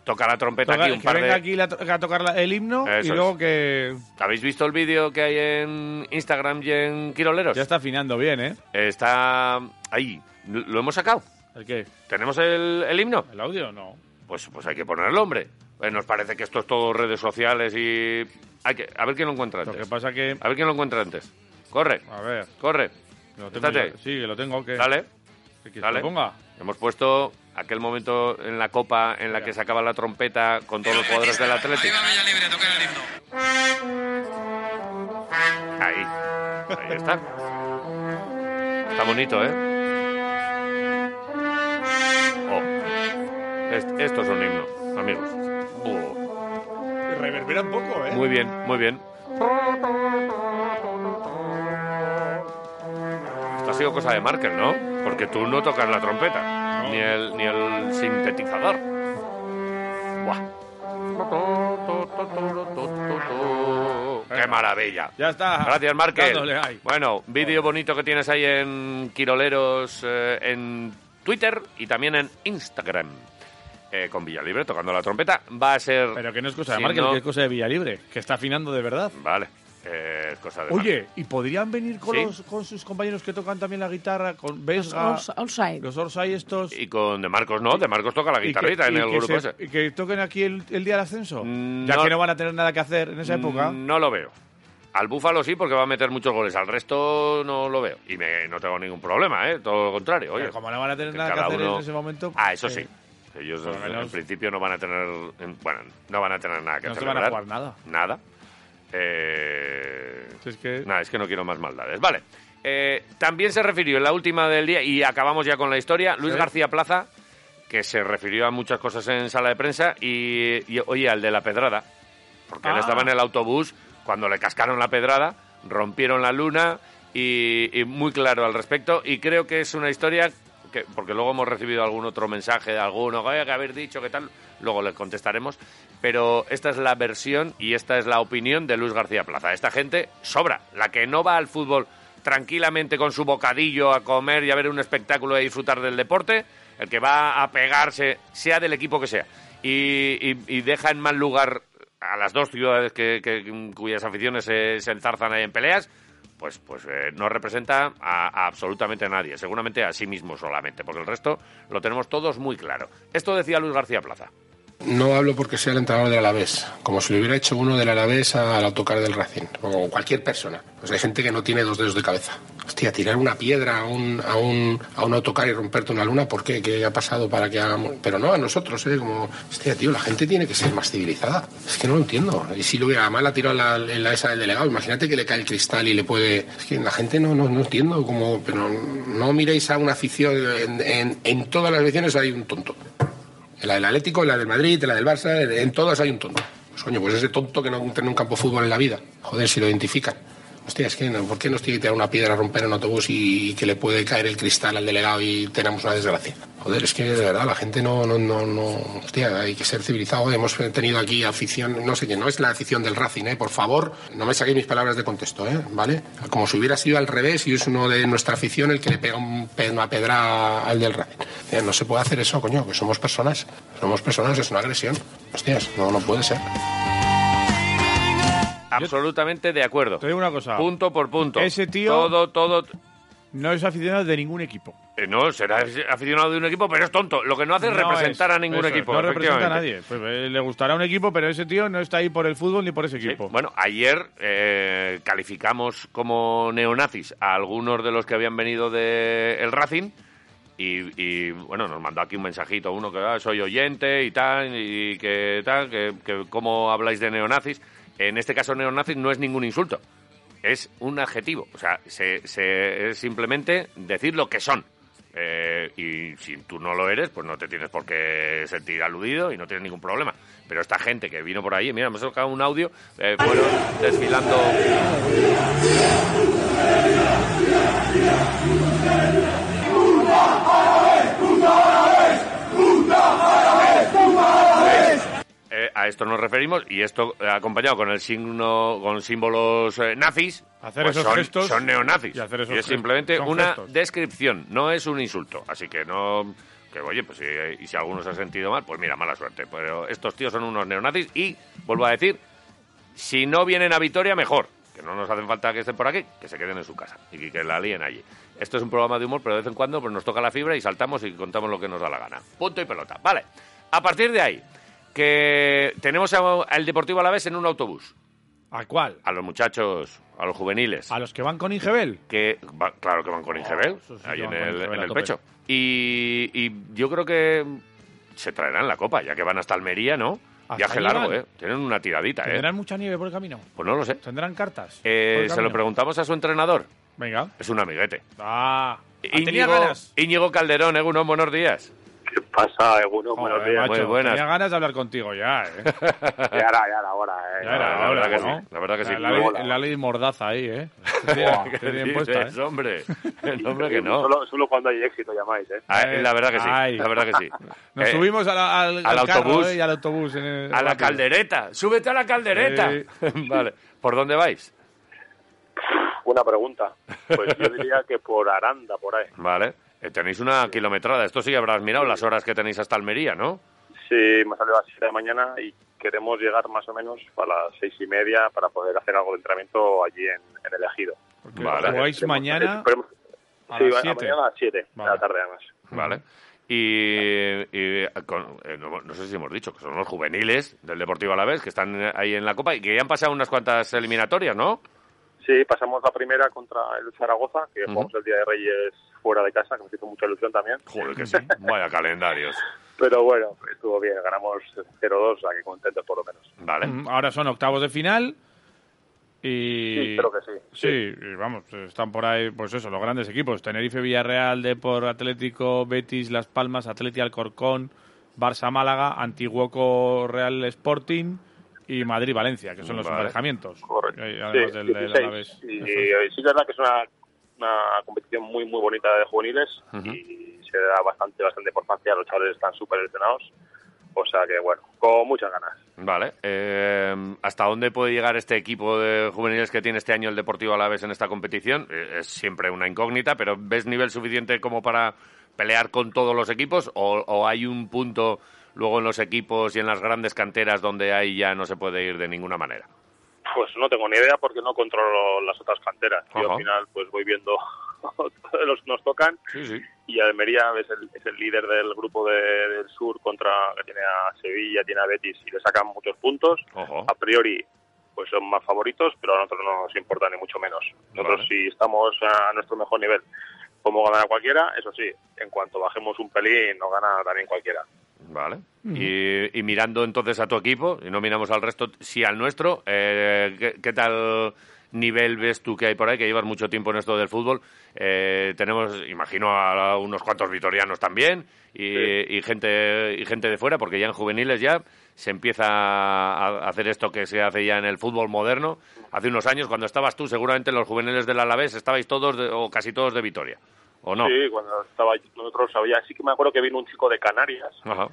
Toca la trompeta Toca- aquí un que par venga de... aquí la to- a tocar la- el himno Eso y es. luego que ¿Habéis visto el vídeo que hay en Instagram y en Quiroleros? ya está afinando bien, ¿eh? Está ahí. ¿Lo hemos sacado? ¿El qué? ¿Tenemos el, el himno? ¿El audio? No. Pues, pues hay que ponerlo, hombre. Eh, nos parece que esto es todo redes sociales y... Hay que, a ver quién lo encuentra Lo que antes. pasa que... A ver quién lo encuentra antes. Corre, A ver, corre. lo tengo Estate. yo. Sí, que lo tengo. que Dale. que- que dale. lo ponga. Hemos puesto aquel momento en la copa en la que sacaba la trompeta con todos los jugadores del Atlético. Ahí. Ahí está. Está bonito, ¿eh? Oh. Es- esto es un himno, amigos. Oh, Reverbera un poco, ¿eh? Muy bien, muy bien. Esto ha sido cosa de Markel, ¿no? Porque tú no tocas la trompeta, ni, el, ni el sintetizador. Buah. ¡Qué maravilla! Ya está. Gracias, Dándole Markel. ahí. Bueno, vídeo bonito que tienes ahí en Quiroleros, eh, en Twitter y también en Instagram. Eh, con Villalibre tocando la trompeta. Va a ser... Pero que no es cosa de si Markel, no- que es cosa de Villalibre, que está afinando de verdad. Vale, eh, es cosa de Oye, ¿y podrían venir con, Sí. los- con sus compañeros que tocan también la guitarra, con Vesga, Outs- Outside. los Orsay estos? Y con De Marcos no, De Marcos toca la guitarrita en y el que grupo se- ese. y que toquen aquí el, el día del ascenso, Mm, ya no. Mm. que no van a tener nada que hacer en esa época. No lo veo. Al Búfalo sí, porque va a meter muchos goles. Al resto no lo veo. Y me- no tengo ningún problema, ¿eh? Todo lo contrario. Oye, Pero como no van a tener que nada que cada hacer uno- en ese momento. Ah, eso sí. eh, Ellos por lo en- en menos- principio no van a tener... en- Bueno, no van a tener nada que No se van celebrar. a jugar nada. Nada. Eh... si es que- Nada, es que no quiero más maldades. Vale. Eh, también se refirió en la última del día, y acabamos ya con la historia, Luis García Plaza, que se refirió a muchas cosas en sala de prensa, y, y, oye, al de la pedrada, porque él Ah. estaba en el autobús cuando le cascaron la pedrada, rompieron la luna, y, y muy claro al respecto, y creo que es una historia... que- porque luego hemos recibido algún otro mensaje de alguno, "Oye, que haber dicho, que tal, luego les contestaremos. Pero esta es la versión y esta es la opinión de Luis García Plaza. Esta gente sobra, la que no va al fútbol tranquilamente con su bocadillo a comer y a ver un espectáculo y a disfrutar del deporte, el que va a pegarse, sea del equipo que sea, y, y- y deja en mal lugar a las dos ciudades que, que- cuyas aficiones eh, se, se enzarzan ahí en peleas, pues, pues eh, no representa a, a absolutamente nadie, seguramente a sí mismo solamente, porque el resto lo tenemos todos muy claro. Esto decía Luis García Plaza. No hablo porque sea el entrenador del Alavés, como si lo hubiera hecho uno del Alavés al autocar del Racing, o cualquier persona. Pues hay gente que no tiene dos dedos de cabeza. Hostia, tirar una piedra a un, a un, a un autocar y romperte una luna, ¿por qué? ¿Qué ha pasado para que hagamos? Pero no, a nosotros, ¿eh? Como, hostia, tío, la gente tiene que ser más civilizada. Es que no lo entiendo. Y si lo hubiera mal, la tiró en la, en la esa del delegado. Imagínate que le cae el cristal y le puede... Es que la gente no, no, no entiendo como... Pero no miréis a una afición... En, en- en todas las elecciones hay un tonto. En la del Atlético, en la del Madrid, en la del Barça, en- en todas hay un tonto. Pues coño, pues ese tonto que no tiene un campo de fútbol en la vida. Joder, si lo identifican. Hostia, es que no, ¿por qué nos tiene que tirar una piedra a romper un autobús y, que le puede caer el cristal al delegado y tenemos una desgracia? Joder, es que de verdad la gente no, no, no, no. Hostia, hay que ser civilizado. Hemos tenido aquí afición, no sé qué, no es la afición del Racing, ¿eh? Por favor, no me saquéis mis palabras de contexto, ¿eh? ¿Vale? Como si hubiera sido al revés y es uno de nuestra afición el que le pega un pe- una pedra al del Racing. Hostia, no se puede hacer eso, coño, que somos personas. Somos personas, es una agresión. Hostias, no, no puede ser. Absolutamente de acuerdo. Te digo una cosa. Punto por punto. Ese tío- Todo, todo. No es aficionado de ningún equipo. Eh, no, será aficionado de un equipo, pero es tonto. Lo que no hace es No representar es- a ningún eso es, equipo. No representa a efectivamente. nadie. Pues, eh, le gustará un equipo, pero ese tío no está ahí por el fútbol ni por ese Sí, equipo. Bueno, ayer eh, calificamos como neonazis a algunos de los que habían venido del el Racing. Y, y, bueno, nos mandó aquí un mensajito uno que "Ah, soy oyente y tal, y que tal, que, que cómo habláis de neonazis. En este caso, neonazis no es ningún insulto, es un adjetivo. O sea, se, se- es simplemente decir lo que son. Eh, y si tú no lo eres, pues no te tienes por qué sentir aludido y no tienes ningún problema. Pero esta gente que vino por ahí, mira, hemos sacado un audio, eh, fueron desfilando. Eh, a esto nos referimos y esto eh, acompañado con el signo, con símbolos eh, nazis, Hacer pues esos son, gestos son neonazis. y hacer esos es gestos. simplemente Son una gestos. descripción, no es un insulto. Así que no, que oye, pues si, y si alguno se ha sentido mal, pues mira, mala suerte. Pero estos tíos son unos neonazis y, vuelvo a decir, si no vienen a Vitoria, mejor. Que no nos hacen falta que estén por aquí, que se queden en su casa y que la líen allí. Esto es un programa de humor, pero de vez en cuando pues, nos toca la fibra y saltamos y contamos lo que nos da la gana. Punto y pelota. Vale, a partir de ahí, que tenemos a- al Deportivo Alavés en un autobús. ¿A cuál? A los muchachos, a los juveniles, ¿A los que van con Ingebel? Oh, que va- claro que van con Ingebel, eso sí ahí que en van con el, Ingebel en a el tope. pecho. Y, y yo creo que se traerán la copa, ya que van hasta Almería, ¿no? Hasta Viaje allí largo, van. ¿eh? Tienen una tiradita, ¿eh? ¿Tendrán mucha nieve por el camino? Pues no lo sé. ¿Tendrán cartas? Eh, por el se lo camino? preguntamos a su entrenador. Venga. Es un amiguete. Ah, tenía Íñigo, ganas. Íñigo Calderón, Egunon, buenos días. ¿Qué pasa, Eguno? Buenos Joder, días. macho, Muy buenas. Tenía ganas de hablar contigo ya, ¿eh? Ya era, ya era hora, eh. Ya era, la ya era, verdad que ¿no? sí, la verdad que sí. La, ley, Hola. la ley mordaza ahí, ¿eh? ¿Qué Qué bien dices, puesta, ¿eh? hombre? No, hombre, que no. Solo, solo cuando hay éxito llamáis, eh. Ah, eh, la verdad que sí, Ay. la verdad que sí. Nos Eh, subimos a la- al, al carro, autobús. ¿eh? y al autobús. en el- A la rápido. caldereta, súbete a la caldereta. Sí. vale, ¿por dónde vais? Buena pregunta. Pues yo diría que por Aranda, por ahí. Vale, Eh, tenéis una kilometrada. Esto sí habrás mirado las horas que tenéis hasta Almería, ¿no? Sí, me sale a las 7 de la mañana y queremos llegar más o menos a las seis y media para poder hacer algo de entrenamiento allí en, en el Ejido. Porque Vale. jugáis Esperemos- mañana. esperemos- a sí, las va- siete. mañana a las 7 de Vale. la tarde, además. Vale. Y, y, eh, con- eh, no, no sé si hemos dicho que son los juveniles del Deportivo Alavés que están eh, ahí en la Copa y que ya han pasado unas cuantas eliminatorias, ¿no? Sí, pasamos la primera contra el Zaragoza, que jugamos el Día de Reyes fuera de casa, que nos hizo mucha ilusión también. Joder, que sí. Vaya calendarios. Pero bueno, estuvo bien, ganamos 0-2, o sea que contentos por lo menos. Vale. Mm, Ahora son octavos de final. Y... Sí, creo que sí. Sí, y vamos, están por ahí, pues eso, los grandes equipos. Tenerife, Villarreal, Depor, Atlético, Betis, Las Palmas, Atleti, Alcorcón, Barça, Málaga, Antiguoco, Real Sporting y Madrid-Valencia, que son los Vale. emparejamientos. Correcto. Eh, Además Sí, del, del 16. Alavés. Y Eso es. eh, sí que es verdad que es una, una competición muy, muy bonita de juveniles y se da bastante, bastante importancia. Los chavales están súper lesionados. O sea que, bueno, con muchas ganas. Vale. Eh, ¿Hasta dónde puede llegar este equipo de juveniles que tiene este año el Deportivo Alavés en esta competición? Eh, es siempre una incógnita, pero ¿ves nivel suficiente como para pelear con todos los equipos? ¿O, o hay un punto luego en los equipos y en las grandes canteras donde ahí ya no se puede ir de ninguna manera? Pues no tengo ni idea porque no controlo las otras canteras. Yo Ajá. al final pues voy viendo los que nos tocan Sí, sí. y Almería es el, es el líder del grupo de- del sur contra que tiene a Sevilla, tiene a Betis y le sacan muchos puntos. Ojo. a priori pues son más favoritos, pero a nosotros no nos importa ni mucho menos. Nosotros Vale. si estamos a nuestro mejor nivel, como ganar a cualquiera, eso sí, en cuanto bajemos un pelín nos gana también cualquiera. Vale. Y, y mirando entonces a tu equipo, y no miramos al resto, sí al nuestro, eh, ¿qué, qué tal nivel ves tú que hay por ahí? Que llevas mucho tiempo en esto del fútbol. Eh, tenemos, imagino, a unos cuantos vitorianos también y, y gente, y gente de fuera, porque ya en juveniles ya se empieza a hacer esto que se hace ya en el fútbol moderno. Hace unos años, cuando estabas tú, seguramente en los juveniles del Alavés estabais todos de- o casi todos de Vitoria, ¿o no? Sí, cuando estaba nosotros sabía, sí que me acuerdo que vino un chico de Canarias, Ajá.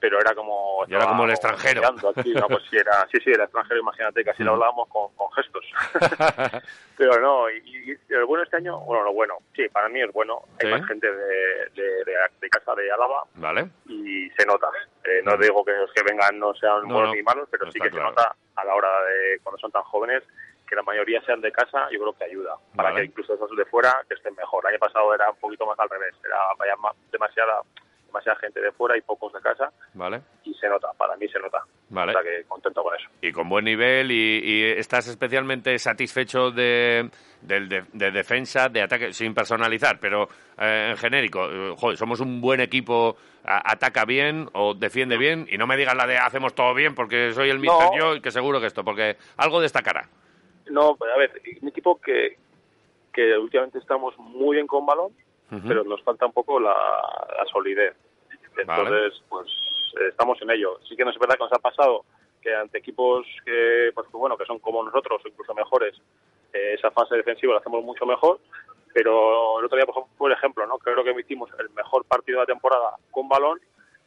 pero era como... Y era como el estaba extranjero. Mm. mirando aquí, no, pues sí, era, sí, sí, era extranjero, imagínate, casi lo hablábamos con, con gestos. pero no, y, y lo bueno este año, bueno, lo bueno, sí, para mí es bueno, hay Sí. más gente de, de- de- de casa de Álava, Vale. y se nota. Eh, no digo que los que vengan no sean Mm. No, buenos no, ni malos, pero no sí está que claro. se nota a la hora de cuando son tan jóvenes que la mayoría sean de casa, yo creo que ayuda. Para Vale. que incluso esos de fuera que estén mejor. El año pasado era un poquito más al revés, era vaya ma- demasiada, demasiada gente de fuera y pocos de casa Vale. y se nota, para mí se nota. Vale. O sea que contento con eso. y con buen nivel y, y estás especialmente satisfecho de, del de, de defensa, de ataque, sin personalizar, pero eh, en genérico, eh, joder, somos un buen equipo, a- ataca bien o defiende bien y no me digas la de hacemos todo bien porque soy el mister yo y que seguro que esto, porque algo destacará. pues, No, a ver, un equipo que, que últimamente estamos muy bien con balón, pero nos falta un poco la, la solidez. Vale. Entonces, pues eh, estamos en ello. Sí que no es verdad que nos ha pasado que ante equipos que, pues, que, bueno, que son como nosotros o incluso mejores, eh, esa fase defensiva la hacemos mucho mejor. Pero el otro día, por ej- por ejemplo, ¿no? creo que hicimos el mejor partido de la temporada con balón,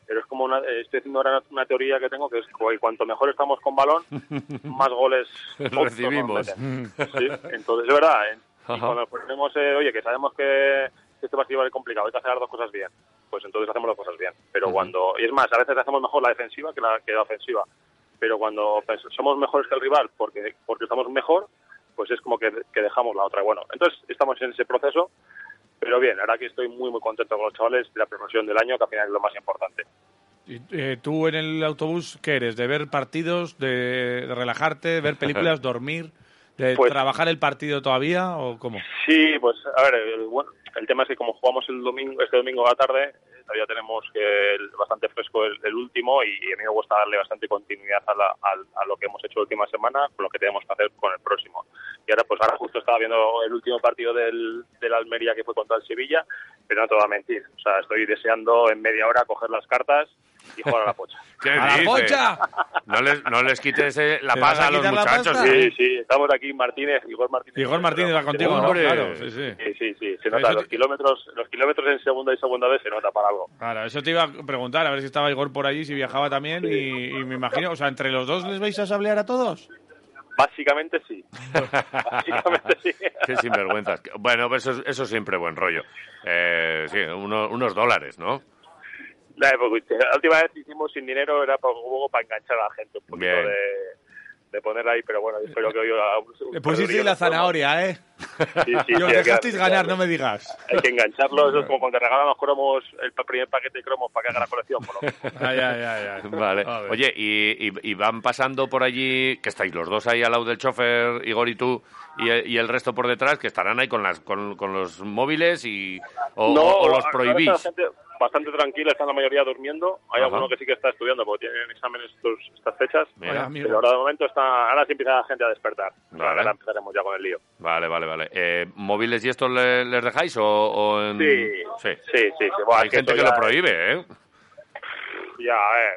pero es como una, eh, estoy haciendo ahora una teoría que tengo que es que cuanto mejor estamos con balón, más goles tontos Recibimos. nos meten. Sí, entonces es verdad. ¿eh? Y Ajá. cuando ponemos, eh, oye, que sabemos que este partido va a ser complicado, hay que hacer las dos cosas bien, pues entonces hacemos las cosas bien. Pero cuando, y es más, a veces hacemos mejor la defensiva que la, que la ofensiva, pero cuando pens- somos mejores que el rival porque, porque estamos mejor, pues es como que, que dejamos la otra. Bueno, entonces estamos en ese proceso, pero bien, ahora que estoy muy, muy contento con los chavales de la progresión del año, que al final es lo más importante. Y, eh, ¿Tú en el autobús qué eres? ¿De ver partidos, de, de relajarte, de ver películas, dormir, de Pues- trabajar el partido todavía o cómo? Sí, pues a ver, el, bueno, el tema es que como jugamos el domingo, este domingo a la tarde, eh, todavía tenemos que el- bastante fresco el, el último y, a mí me gusta darle bastante continuidad a, la- al- a lo que hemos hecho la última semana con lo que tenemos que hacer con el próximo. Y ahora, pues ahora justo estaba viendo el último partido del, del Almería que fue contra el Sevilla, pero no te voy a mentir, o sea, estoy deseando en media hora coger las cartas y jugar a la pocha. ¿Qué ¡A la dices? pocha! No les, no les quites eh, la ¿Te vas paga a a los quitar la muchachos. pasta? Sí, ¿eh? sí, estamos aquí Martínez, Igor Martínez. Igor Martínez va contigo, ¿no? Hombre. Claro, sí, sí. Sí, sí, sí, se Eso nota. te- Los kilómetros, los kilómetros en segunda y segunda vez se nota para algo. Claro, eso te iba a preguntar, a ver si estaba Igor por allí, si viajaba también y, y me imagino, o sea, entre los dos les vais a sablear a todos. Básicamente sí. Básicamente sí. Qué sinvergüenzas. Bueno, pues eso, es- eso es siempre buen rollo. Eh, sí, uno- unos dólares, ¿no? La, época- la última vez que hicimos sin dinero era para, un poco para enganchar a la gente, un poquito Bien. de, de ponerla ahí, pero bueno, espero que hoy... Le pusisteis pues la zanahoria, ¿eh? Sí, sí, Y os sí, hay que- dejasteis ganar, no me digas. Hay que engancharlo, eso es como cuando te regalan los cromos, el pa- primer paquete de cromos para que haga la colección. por lo menos. Ay, ay, ay, ay. Vale. A ver. Oye, y, y- y van pasando por allí, que estáis los dos ahí al lado del chofer, Igor y tú, y, y el resto por detrás, que estarán ahí con, las, con, con los móviles y, o, No, o- o los ahora está la prohibís. gente bastante tranquila, están la mayoría durmiendo. Hay Ajá. alguno que sí que está estudiando porque tienen exámenes estos, estas fechas. Mira. Hola, amigo. Pero ahora de momento está, ahora sí empieza la gente a despertar. Vale. Ahora empezaremos ya con el lío. Vale, vale, vale. Eh, ¿Móviles y esto le- les dejáis o, o en- Sí, Sí. sí, sí. Bueno, Hay es que gente eso ya que lo es- prohíbe, ¿eh? Ya, a ver,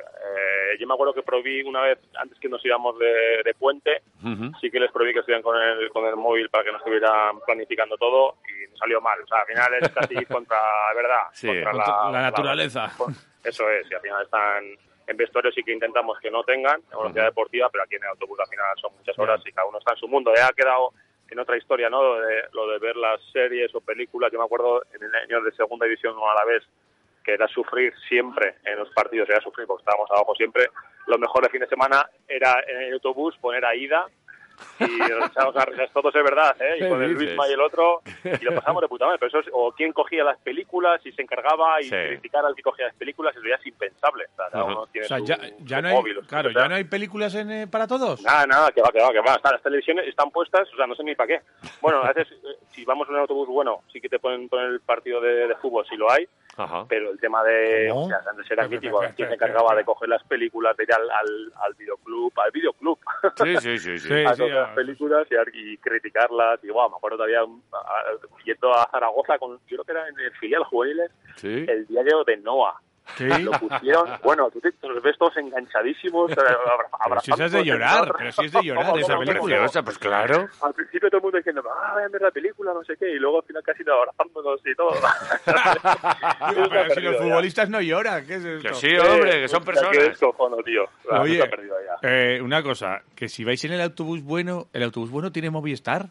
eh, yo me acuerdo que prohibí una vez, antes que nos íbamos de, de puente, Ujú. sí que les prohibí que estuvieran con el, con el móvil para que no estuvieran planificando todo y nos salió mal. O sea, al final es casi contra, la verdad, Sí, contra, contra la naturaleza. con- eso es, y al final están en vestuario sí que intentamos que no tengan, en velocidad deportiva, pero aquí en el autobús al final son muchas horas y cada uno está en su mundo. Ya ha quedado en otra historia, ¿no? Lo de, lo de ver las series o películas. Yo me acuerdo en el año de segunda división o a la vez, que era sufrir siempre en los partidos, era sufrir porque estábamos abajo siempre. Lo mejor de fin de semana era en el autobús poner a ida y nos echábamos a risas todos, es verdad, ¿eh? ¿Qué Y con el dices? Luisma y el otro, y lo pasamos de puta madre. Pero eso es- o quién cogía las películas y se encargaba y Sí. criticar al que cogía las películas, eso ya es impensable. O sea, cada uno tiene O sea, su, ya, ya su no hay, móvil, o su claro, cosa. ya no hay películas en, eh, para todos. Nada, nada, Ah, que va, que va, que va. Está- Las televisiones están puestas, o sea, no sé ni para qué. Bueno, a veces, eh, si vamos en un autobús, bueno, sí que te pueden poner el partido de, de fútbol, si lo hay, Ajá. pero el tema de... ¿Cómo? O sea, antes era mítico, quien se encargaba de coger las películas, de ir al, al, al videoclub, al videoclub, Sí, sí, sí. sí. Sí. a todas las a- películas y, a- y criticarlas. Y wow, me acuerdo todavía un- a- a- yendo a Zaragoza con, yo creo que era en el filial juveniles, Sí. el diario de Noah. Sí. Lo pusieron, bueno, tú te, te los ves todos enganchadísimos. eh, abra- si esa es de abrazándolos, llorar, entrando- pero si es de llorar ¿Cómo, esa cómo, cómo, película. cómo? Preciosa, pues claro. Al principio todo el mundo diciendo, ah, voy a ver la película, no sé qué, y luego al final casi nos abrazándonos y todo. Ah, Pero si los perdido ya. futbolistas no lloran, ¿qué es esto? Que sí, hombre, que Eh, son o sea, Qué personas. descojono, tío. Ah, Oye, está perdido ya. eh, una cosa, que si vais en el autobús bueno, ¿el autobús bueno tiene Movistar?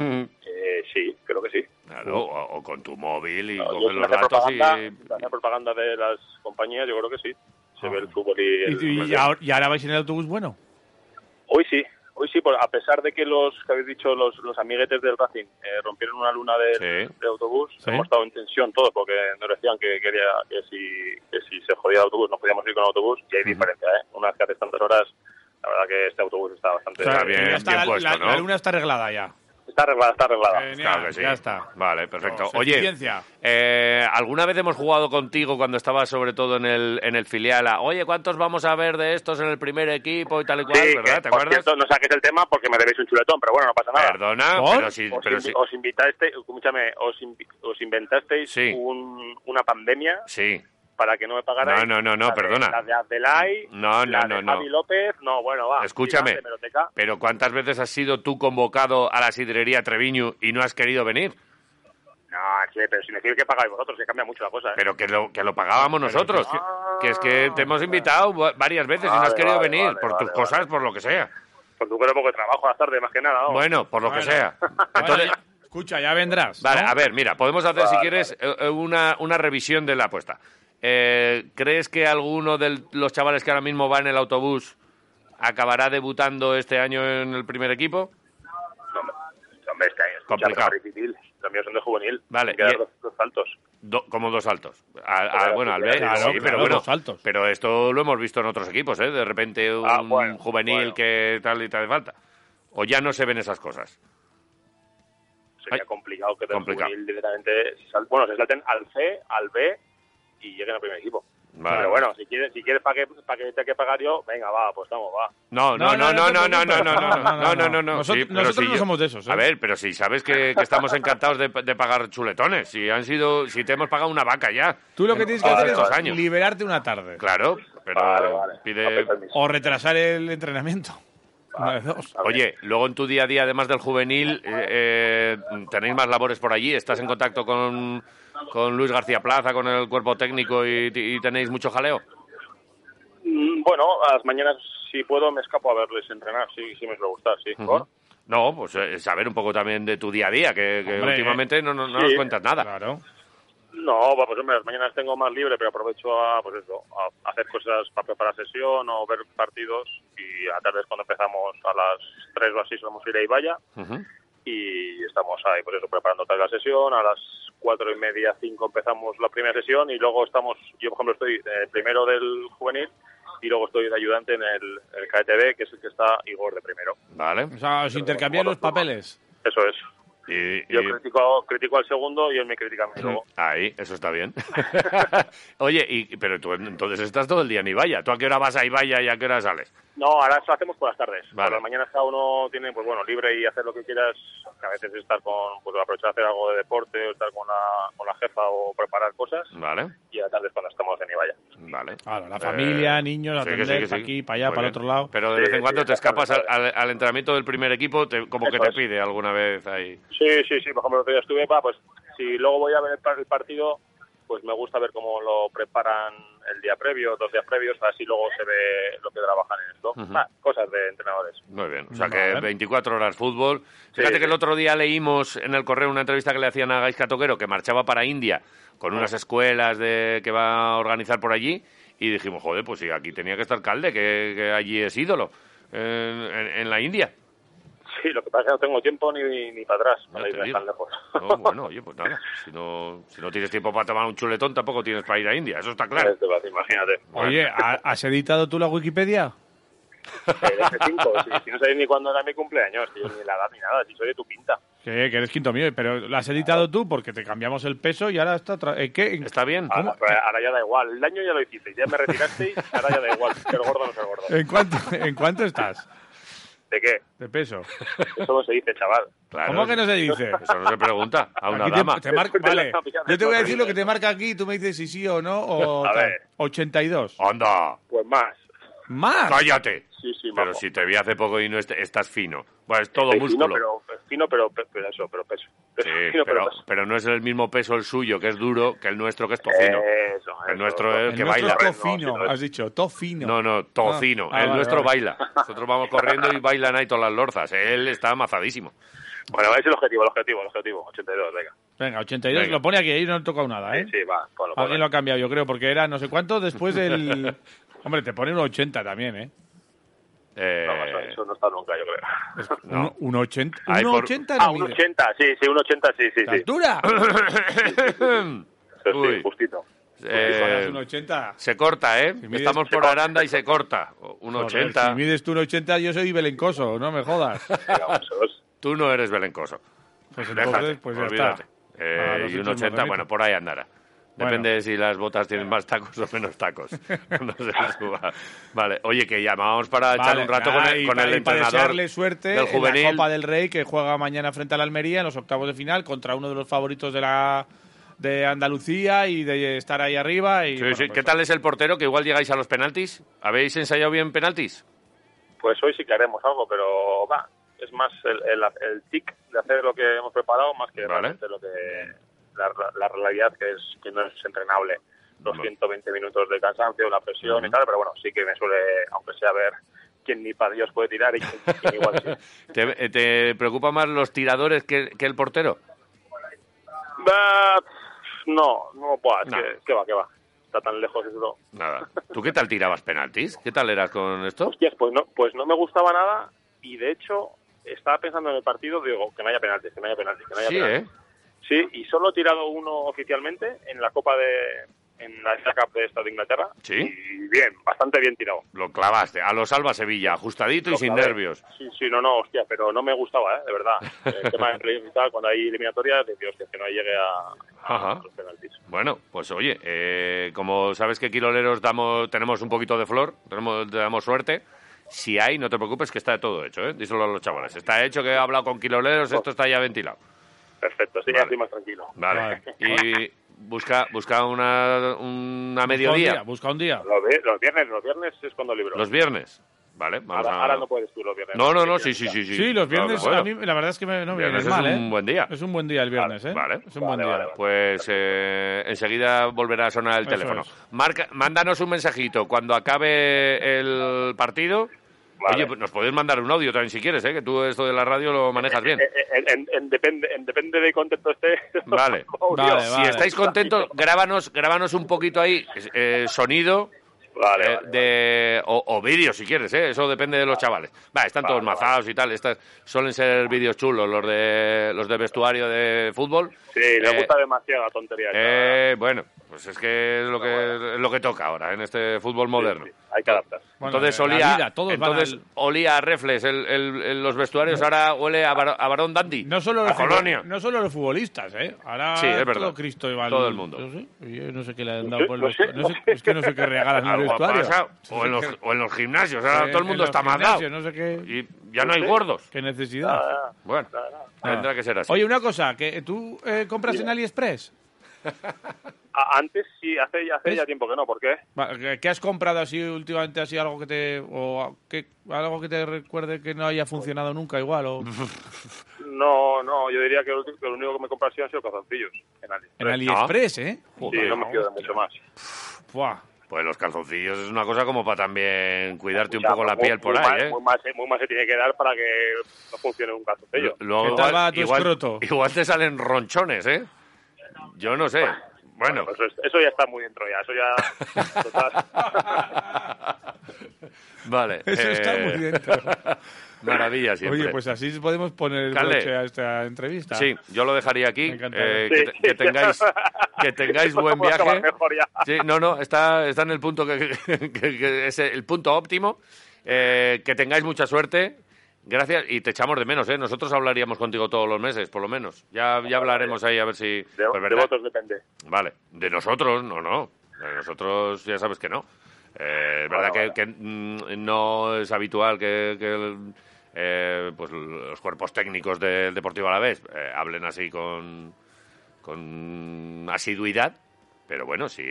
Eh, sí, creo que sí. Claro, o, o con tu móvil y No, yo, coges sin los hacer datos propaganda, y... sin hacer propaganda de las compañías, yo creo que sí. Se ve el fútbol y ¿Y, el... Ah. y- y ahora, y ahora vais en el autobús bueno? Hoy sí, hoy sí, por- a pesar de que los que habéis dicho, los, los amiguetes del Racing eh, rompieron una luna de, Sí. de autobús, Sí. hemos estado en tensión todos porque nos decían que quería que si, que si se jodía el autobús no podíamos ir con autobús y hay diferencia, ¿eh? Una vez que haces tantas horas, la verdad que este autobús está bastante... Está bien, ya está bien la, puesto, la- ¿no? la luna está arreglada ya. Está arreglada, está arreglada. Genial, Claro que sí. Ya está. Vale, perfecto. Vamos, Oye, eficiencia. eh, ¿alguna vez hemos jugado contigo cuando estabas sobre todo en el, en el filial? a, Oye, ¿cuántos vamos a ver de estos en el primer equipo y tal y cual? Sí, ¿Verdad? que, ¿Te por acuerdas? cierto, no saques el tema porque me debéis un chuletón, pero bueno, no pasa nada. Perdona, ¿Por? pero sí. os, Pero invi- sí. os invitaste, escúchame, os, invi- os inventasteis Sí. un- una pandemia sí. para que no me pagarais. No, no, no, no, La de- perdona. La de Abdelai, No, no, la de no, no. Javi López, no, bueno, va. Escúchame, tira, hemeroteca. pero ¿cuántas veces has sido tú convocado a la sidrería Treviño y no has querido venir? No, sí, pero sin decir que pagáis vosotros, que cambia mucho la cosa, ¿eh? Pero que lo, que lo pagábamos nosotros. que- Ah, Que es que te hemos invitado va- varias veces y no has Vale, querido vale, venir, vale, por vale, tus vale. cosas, por lo que sea. Con tu cuerpo que trabajo a las tardes, más que nada. vamos. Bueno, por lo que Bueno. sea. Entonces, Bueno, escucha, ya vendrás. Vale, ¿no? a ver, mira, podemos hacer, si Vale, quieres, eh, eh, una, una revisión de la apuesta. Eh, ¿Crees que alguno de los chavales que ahora mismo va en el autobús acabará debutando este año en el primer equipo? Hombre, es que escucha, Complicado. pero es difícil. Los míos son de juvenil. Vale, Hay que dar y- los, los saltos. Do- como dos saltos. A- a- Claro, bueno, al claro, ver, claro, pues sí, pero claro, bueno, dos saltos. pero esto lo hemos visto en otros equipos, ¿eh? De repente un Ah, bueno, juvenil bueno. que tal y tal de falta. O ya no se ven esas cosas. Sería Ay. complicado que del Complicado. juvenil directamente. sal- bueno, se salten al C, al B y lleguen al primer equipo. Vale. Pero bueno, si quieres, si quieres para que, pa' que te que pagar yo, venga, va, pues estamos, va. No, no, no, no, no, no, no, no, no, no, no, no, no. Nosotros- Sí, pero nosotros si no somos de esos, ¿eh? A ver, pero si sabes que, que estamos encantados de, de pagar chuletones. Si han sido, si te hemos pagado una vaca ya. Tú lo que en tienes que todos hacer estos es años. liberarte una tarde. Claro, pero Vale, vale. pide. No, permiso. O retrasar el entrenamiento. Una de dos. Oye, luego en tu día a día, además del juvenil, eh, eh, tenéis más labores por allí. ¿Estás en contacto con, con Luis García Plaza, con el cuerpo técnico y, y tenéis mucho jaleo? Mm, Bueno, a las mañanas, si puedo, me escapo a verles entrenar, sí, sí me suele gustar, sí. ¿Por? No, pues eh, saber un poco también de tu día a día, que, que Hombre, últimamente no, no- no sí. nos cuentas nada. Claro. No, va, pues hombre, las mañanas tengo más libre, pero aprovecho a, pues eso, a hacer cosas para preparar sesión o ver partidos y a tardes cuando empezamos a las 3 o así solemos ir a Ibaya Ujú. y estamos ahí, pues eso, preparando tal la sesión, a las 4 y media, 5 empezamos la primera sesión y luego estamos, yo por ejemplo estoy eh, primero del juvenil y luego estoy de ayudante en el, el KTB, que es el que está Igor de primero. Vale. O sea, os intercambiáis los papeles. Eso es. Y- Yo y- critico, critico al segundo y él me critica a mí luego. Ahí, eso está bien. Oye, y, pero tú entonces estás todo el día en Ibaya. ¿Tú a qué hora vas a Ibaya y a qué hora sales? No, ahora lo hacemos por las tardes. Vale. Por las mañanas cada uno tiene, pues bueno, libre y hacer lo que quieras. A veces estar con, pues aprovechar a hacer algo de deporte o estar con la, con la jefa o preparar cosas. Vale, Y a las tardes cuando estamos en Ibaya. vale. Eh, Claro, la familia, niños, sí que sí, atender, que sí. pa' aquí, pa' allá, Muy para el bien. otro lado. Pero de vez Sí, en cuando sí, te está escapas al, claro. al- al entrenamiento del primer equipo, te- como que Eso te es. pide alguna vez ahí. Sí, sí, sí. Por ejemplo, el otro día estuve, va, pues si luego voy a ver el par- el partido, pues me gusta ver cómo lo preparan el día previo, dos días previos, así luego se ve lo que trabajan en esto. Va, cosas de entrenadores. Muy bien, o sea que Vale. 24 horas fútbol. Fíjate Sí, que el sí. otro día leímos en el correo una entrevista que le hacían a Gaisca Toquero, que marchaba para India Ah. con unas escuelas de, que va a organizar por allí, y dijimos, joder, pues sí, aquí tenía que estar Calde, que, que allí es ídolo, eh, en- en la India. Sí, lo que pasa es que no tengo tiempo ni, ni para atrás, Ya para te irme digo. tan lejos. No, bueno, oye, pues nada. Si no, si no tienes tiempo para tomar un chuletón, tampoco tienes para ir a India. Eso está claro. Esto, pues, Imagínate. Oye, ¿ha- ¿has editado tú la Wikipedia? Eh, desde cinco, si, si no sabéis ni cuándo era mi cumpleaños, tío, ni la edad ni nada, si soy de tu pinta. Que, que eres quinto mío, pero la has editado tú porque te cambiamos el peso y ahora está... tra- eh, ¿Qué? ¿En, ¿Está bien? Ahora, pero ahora ya da igual, el daño ya lo hicisteis, ya me retirasteis, ahora ya da igual, el gordo no es el gordo. en cuánto, ¿En cuánto estás ¿De qué? de peso? Eso no se dice, chaval. Claro, ¿Cómo que no se dice? Eso no se pregunta a una Aquí te- dama. te marco- vale, yo te voy a decir lo que te Escúchame. marca aquí y tú me dices si sí o no. O A tal. ver. 82. ¡Anda! Pues más. ¡Más! ¡Cállate! Sí, sí, pero vamos. si te vi hace poco y no est- estás fino. Bueno, es todo Soy músculo. Fino, pero, fino pero, pe- pero eso, pero peso. Sí, fino, pero, peso. pero no es el mismo peso el suyo, que es duro, que el nuestro, que es tocino. Eso, El eso. nuestro es- el que nuestro baila. es tofino, No, sí, no. has dicho, tofino. No, no, tocino. Ah, ah, el vale, nuestro vale. baila. Nosotros vamos corriendo y bailan ahí todas las lorzas. Él está amazadísimo. Bueno, ese es el objetivo, el objetivo, el objetivo. 82, venga. Venga, 82, Venga. lo pone aquí, ahí no he tocado nada, ¿eh? Sí, va, ponlo, ponlo. Alguien lo ha cambiado, yo creo, porque era no sé cuánto después del... Hombre, te pone un 80 también, ¿eh? Eh, No, eso, eso no está nunca, yo creo. No. Un, un 80. Ahí un por- 80 Ah, no un mide. 80, sí, sí, un 80, sí, sí, ¿De sí. altura? Eso sí, Uy. justito. eh, Joder, un 80. Se corta, ¿eh? mides- Estamos por Aranda y se corta. Un Joder, 80. Si mides tú un 80, yo soy belencoso, no me jodas. Venga, vamos, Tú no eres belencoso. Pues entonces, Déjate, pues ya olvídate. está. Eh, Ah, los y un otros 80, modernitos. bueno, por ahí andará. Depende de si las botas tienen más tacos o menos tacos. No se les suba. Vale, oye, que llamábamos para echar Vale, un rato nada, con el, y con para- el y para entrenador desearle suerte del en la juvenil. Copa del Rey que juega mañana frente al Almería en los octavos de final contra uno de los favoritos de la de Andalucía y de estar ahí arriba y Sí, bueno, sí. pues, ¿Qué tal es el portero? Que igual llegáis a los penaltis. ¿Habéis ensayado bien penaltis? Pues hoy sí que haremos algo, pero va, es más el, el, el tic de hacer lo que hemos preparado más que Vale. realmente lo que la, la realidad que es que no es entrenable. Los Vale. 120 minutos de cansancio, la presión y Ujú. tal, pero bueno, sí que me suele, aunque sea ver quién ni para Dios puede tirar y quién, quién igual sí. ¿Te, eh, te preocupa más los tiradores que, que el portero? Va, no, no, buah, es No. Que, que va, que va. Está tan lejos eso. Nada. ¿Tú qué tal tirabas penaltis? ¿Qué tal eras con esto? Hostias, pues no, pues no me gustaba nada y de hecho estaba pensando en el partido, digo, que no haya penaltis, que no haya penaltis, que no haya Sí, penaltis. ¿eh? Sí, y solo he tirado uno oficialmente en la Copa de. en la FA Cup de esta de Inglaterra. Sí. Y bien, bastante bien tirado. Lo clavaste. A lo salva Sevilla, ajustadito y Lo sin clavé. nervios. Sí, sí, no, no, hostia, pero no me gustaba, ¿eh? de verdad. El tema de playoff y tal, cuando hay eliminatorias, decía, hostia, que no llegue a, a Ajá. los penaltis. Bueno, pues oye, eh, como sabes que quiroleros damos, tenemos un poquito de flor, tenemos, te damos suerte. Si hay, no te preocupes, que está todo hecho, ¿eh? Díselo a los chavales. Está hecho que he hablado con quiroleros, esto está ya ventilado. Perfecto, sí, Vale. ya estoy más tranquilo. Vale. Y busca, busca una, una busca un día, mediodía. busca un día. Los, vi- los viernes, los viernes es cuando libro. Los viernes. Vale, vamos ahora, a... ahora no puedes tú los viernes. no, no, no, sí, sí, sí. Sí, Sí, los Claro que viernes puedo. a mí la verdad es que me, no me Viernes vienes es mal, un ¿eh? buen día. Es un buen día el viernes, ¿eh? Vale. Es un buen Vale, día. vale, vale. Pues eh, enseguida volverá a sonar el Eso teléfono. es. Marca, mándanos un mensajito cuando acabe el partido. Vale. Oye, pues nos podéis mandar un audio también si quieres, ¿eh? que tú esto de la radio lo manejas bien. Eh, eh, en, en- en depende, en depende de contexto esté. Vale. Oh, Dios. Vale, si vale. estáis contentos, grábanos, grábanos un poquito ahí eh, sonido Vale, eh, vale, de, o, o vídeo si quieres, ¿eh? eso depende de los chavales. Va, están todos Vale, mazados y tal, estas suelen ser vídeos chulos los de los de vestuario de fútbol. Sí, le Eh, gusta demasiada tontería. esa. Eh, bueno, pues es que es lo que es lo que toca ahora en este fútbol moderno. Sí, sí, hay que adaptar. Bueno, entonces la olía, vida, todos van entonces al- olía a refles el- el- el- los vestuarios, ahora huele a, bar- a Barón Dandy, No solo, a los futbol- Colonia. no solo los futbolistas, ¿eh? Ahora Sí, es verdad. todo Cristo y Todo el mundo. Yo, sé, yo no sé qué le han dado por el No sé. vestuario. No sé- es que no sé qué regalan en el Algo ha vestuario. pasado. O en, los, o en los gimnasios, Eh, ahora todo el en mundo los está matado. gimnasios, No sé qué, Y ya no hay gordos. qué necesidad. Ah, Bueno, Nada. tendrá que ser así. Oye, una cosa, que ¿tú eh, compras en AliExpress? a- antes sí, hace, ya- hace ¿Ves? ya tiempo que no, ¿por qué? Va, ¿qué- ¿Qué has comprado así últimamente, así algo que te o a- que, algo que te recuerde que no haya funcionado nunca igual o No, no, yo diría que lo, ulti- que lo único que me he comprado sí han sido calzoncillos en AliExpress. en AliExpress, ¿eh? Sí, no me fío de mucho más. Buah. Pues los calzoncillos es una cosa como para también cuidarte un O sea, poco la muy- piel por muy mal- ahí, ¿eh? Muy mal, se- muy mal se tiene que dar para que no funcione un calzoncillo. Luego ¿Qué tal va tu escroto? igual te salen ronchones, ¿eh? Yo no sé. Bueno, Pues eso, eso ya está muy dentro ya, eso ya... total. vale. eh, Eso está muy dentro. Maravilla siempre. Oye, pues así podemos poner el Dale. broche a esta entrevista. Sí, yo lo dejaría aquí. Me encantaría. Eh, que, Sí, te- sí. que tengáis, que tengáis Esto buen no puede viaje. acabar mejor ya. Sí, no, no, está, está en el punto que, que- que es el punto óptimo. Eh, que tengáis mucha suerte. Gracias y te echamos de menos, ¿eh? Nosotros hablaríamos contigo todos los meses, por lo menos. Ya, ya hablaremos ahí a ver si. De, pues, de ¿verdad? votos depende. Vale, de nosotros, no, no. De nosotros ya sabes que no. Eh, es verdad Bueno, que, bueno. que, mm, no es habitual que, que el- eh, pues los cuerpos técnicos del Deportivo Alavés eh, hablen así con, con asiduidad, pero bueno, sí,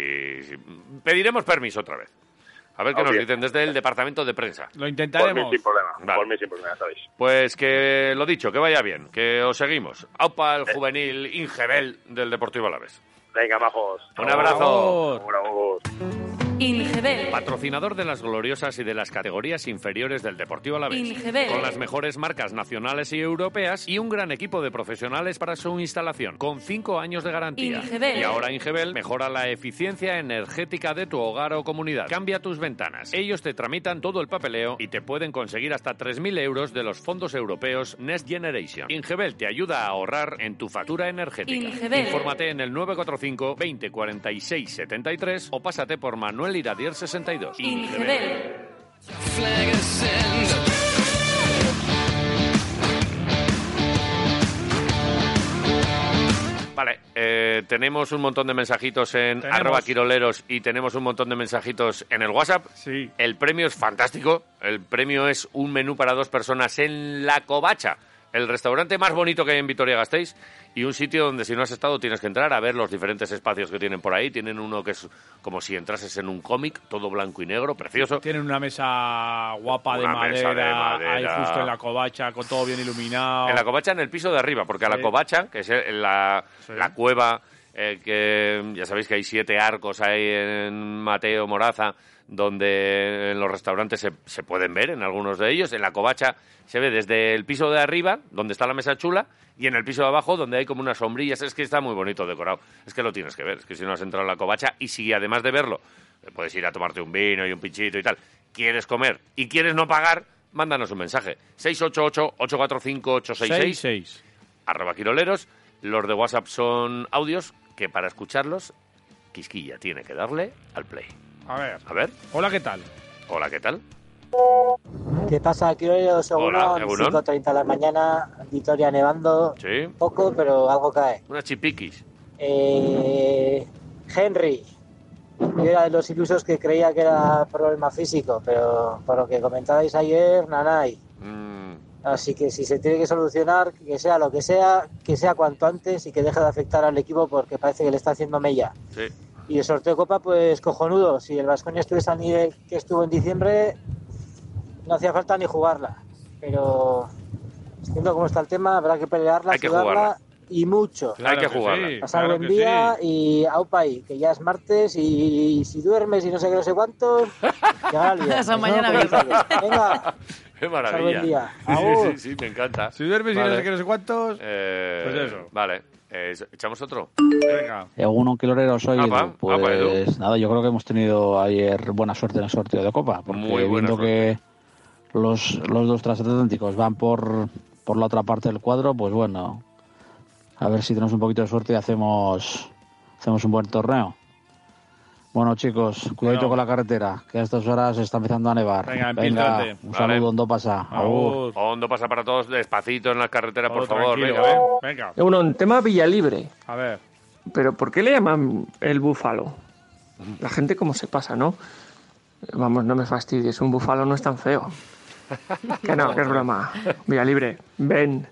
sí. pediremos permiso otra vez. A ver qué nos Obvio. Pues dicen desde el departamento de prensa. Lo Por intentaremos. mí sin problema, Vale. por mí sin problema, sabéis. Pues que lo dicho, que vaya bien, que os seguimos. Aupa el juvenil Ingebel del Deportivo Alavés. Venga, majos. Un abrazo. Por favor. Un abrazo. Ingebel. Patrocinador de las gloriosas y de las categorías inferiores del Deportivo Alavés. Ingebel. Con las mejores marcas nacionales y europeas y un gran equipo de profesionales para su instalación, con cinco años de garantía. Ingebel. Y ahora Ingebel mejora la eficiencia energética de tu hogar o comunidad. Cambia tus ventanas. Ellos te tramitan todo el papeleo y te pueden conseguir hasta 3.000 euros de los fondos europeos Next Generation. Ingebel te ayuda a ahorrar en tu factura energética. Ingebel. Infórmate en el 945 20 46 73 o pásate por Manuel Iradier 62. Ingebel. flag is send. Vale, eh, tenemos un montón de mensajitos en Tenemos. arroba quiroleros y tenemos un montón de mensajitos en el WhatsApp. Sí. El premio es fantástico. El premio es un menú para dos personas en La Covacha, el restaurante más bonito que hay en Vitoria-Gasteiz y un sitio donde si no has estado tienes que entrar a ver los diferentes espacios que tienen por ahí. Tienen uno que es como si entrases en un cómic, todo blanco y negro, precioso. Tienen una mesa guapa de Una mesa madera, de madera. ahí justo en la covacha, con todo bien iluminado. En la covacha en el piso de arriba, porque a la Sí. covacha, que es el- la, la cueva, eh, que ya sabéis que hay siete arcos ahí en Mateo Moraza, donde en los restaurantes se, se pueden ver, en algunos de ellos. En la covacha se ve desde el piso de arriba, donde está la mesa chula, y en el piso de abajo, donde hay como unas sombrillas. Es que está muy bonito decorado. Es que lo tienes que ver, es que si no has entrado en la covacha, y si además de verlo, eh, puedes ir a tomarte un vino y un pinchito y tal, quieres comer y quieres no pagar, mándanos un mensaje. 688 845 6-6. 866 arroba quiroleros. Los de WhatsApp son audios que para escucharlos, Quisquilla tiene que darle al play. A ver. A ver, Hola, ¿qué tal? hola, ¿qué tal? ¿Qué pasa? Aquí hoy los Hola, segundos, Egunon. 5.30 de la mañana, Vitoria nevando, Sí, poco, pero algo cae. unas chipiquis. Eh, Henry, yo era de los ilusos que creía que era problema físico, pero por lo que comentabais ayer, nanay. Mm, Así que si se tiene que solucionar, que sea lo que sea, que sea cuanto antes y que deje de afectar al equipo porque parece que le está haciendo mella. sí. Y el sorteo de Copa, pues cojonudo. Si el Vasconia estuviese al nivel que estuvo en diciembre, no hacía falta ni jugarla. Pero viendo cómo está el tema, habrá que pelearla, Hay que jugarla jugarla. y mucho. Hay que jugarla. sí, Pasar claro buen que día sí. y aupai, que ya es martes y, si duermes y no sé qué, no sé cuánto, ya al lío. Hasta Nos mañana vemos por la tarde. Venga, Qué pasar maravilla. buen día. Sí, Agur. sí, sí, me encanta. Si duermes y Vale. no sé qué, no sé cuántos. Eh, Pues eso. Vale, Eh, ¿echamos otro? Venga. Según un kilorero soy Apa, Edu. pues apa, Edu. nada, yo creo que hemos tenido ayer buena suerte en el sorteo de Copa, porque Muy buena viendo que los, los dos transatlánticos van por, por la otra parte del cuadro, pues bueno, a ver si tenemos un poquito de suerte y hacemos, hacemos un buen torneo. Bueno chicos, cuidadito Bueno. con la carretera, que a estas horas está empezando a nevar. Venga, empíltate. un Vale. saludo, ¿dónde pasa? Agur. Agur. Hondo pasa para todos despacito en las carreteras, por Todo favor. tranquilo, Venga, ¿eh? ven. Venga. Bueno, en tema Villalibre, A ver. pero ¿por qué le llaman el búfalo? La gente como se pasa, ¿no? Vamos, no me fastidies, un búfalo no es tan feo. Que no, que es broma. Villalibre, ven.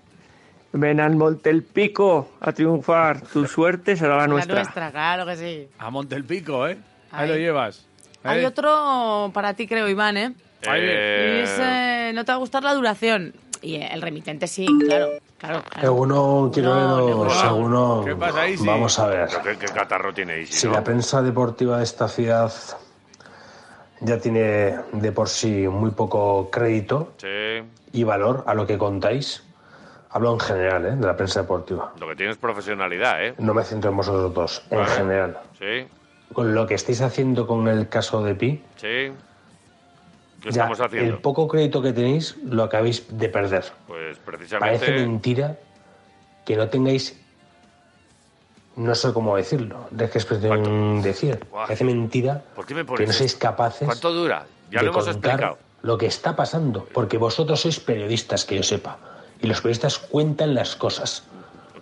Ven al Montelpico a triunfar. Tu suerte será la La nuestra. nuestra, claro que sí. A Montelpico, ¿eh? Ahí Ahí. lo llevas. Hay ¿Eh? otro para ti, creo, Iván, ¿eh? Ahí bien. Eh, Y es, eh, no te va a gustar la duración. Y eh, el remitente sí, claro, claro. claro. Egunon, No, Quiroleros, Egunon. Egunon. ¿Qué pasa, Isi? Vamos a ver. pero ¿Qué, qué catarro tiene Isi, Si no? la prensa deportiva de esta ciudad ya tiene de por sí muy poco crédito Sí, y valor a lo que contáis, hablo en general, ¿eh? de la prensa deportiva. lo que tiene es profesionalidad, ¿eh? No me centro en vosotros dos, en general. Sí, Con lo que estáis haciendo con el caso de Pi, sí. ya ¿Qué estamos haciendo? el poco crédito que tenéis lo acabáis de perder. Pues Parece precisamente. mentira que no tengáis. No sé cómo decirlo, de qué expresión decir. Guau. Parece mentira ¿Por qué me que pones no seis esto? capaces ¿Cuánto dura? Ya de lo hemos contar explicado. lo que está pasando, porque vosotros sois periodistas, que yo sepa, y los periodistas cuentan las cosas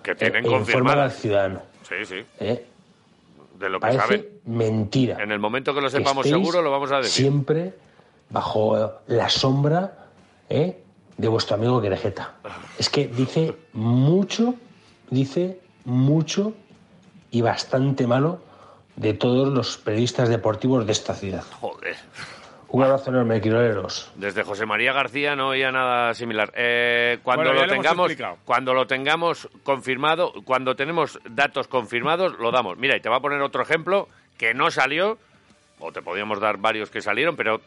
Que eh, tienen e informan al confirmadas. ciudadano. Sí, sí. ¿eh? De lo que Parece saben. mentira. En el momento que lo que sepamos estéis seguro, lo vamos a decir. Siempre bajo eh, la sombra ¿eh? de vuestro amigo Querejeta. Es que dice mucho, dice mucho y bastante malo de todos los periodistas deportivos de esta ciudad. Joder. Un abrazo enorme, quiroleros. Desde José María García no oía nada similar. Eh, cuando Bueno, ya lo lo hemos tengamos, explicado. cuando lo tengamos confirmado, cuando tenemos datos confirmados, lo damos. Mira, y te voy a poner otro ejemplo que no salió, o te podíamos dar varios que salieron, pero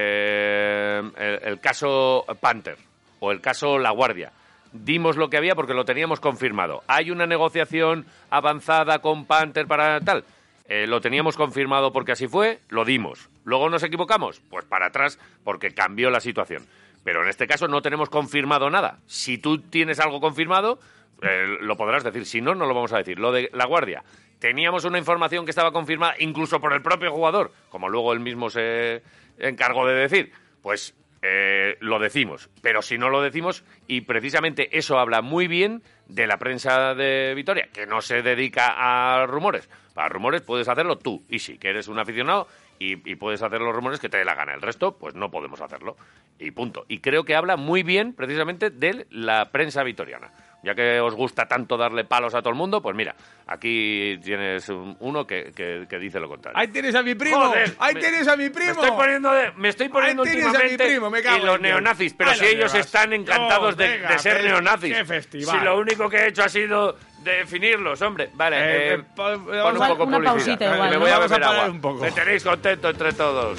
eh, el, el caso Panther o el caso La Guardia. Dimos lo que había porque lo teníamos confirmado. Hay una negociación avanzada con Panther para tal. Eh, lo teníamos confirmado porque así fue, lo dimos. Luego nos equivocamos, pues para atrás porque cambió la situación. Pero en este caso no tenemos confirmado nada. Si tú tienes algo confirmado, eh, lo podrás decir. Si no, no lo vamos a decir. Lo de la guardia. Teníamos una información que estaba confirmada incluso por el propio jugador, como luego él mismo se encargó de decir. Pues eh, lo decimos, pero si no lo decimos, y precisamente eso habla muy bien de la prensa de Vitoria, que no se dedica a rumores. Para rumores puedes hacerlo tú, y sí, que eres un aficionado y, y puedes hacer los rumores que te dé la gana. El resto, pues no podemos hacerlo. Y punto. Y creo que habla muy bien precisamente de la prensa vitoriana. Ya que os gusta tanto darle palos a todo el mundo, pues mira, aquí tienes un- uno que, que- que dice lo contrario. Ahí tienes a mi primo. Joder, ahí me- tienes a mi primo. estoy poniendo de- Eh, me estoy poniendo Ahí tienes a mi últimamente primo, me cago y en los Dios. neonazis, pero Ahí si lo ellos llevas. están encantados Oh, de, venga, de ser qué- neonazis. qué festival. Si lo único que he hecho ha sido definirlos, hombre. Vale, Eh, eh, eh, pa- pon vamos un a- poco una publicidad. pausita Vale, igual, me ¿no? voy a Vamos a beber parar agua. un poco. Me tenéis contento entre todos.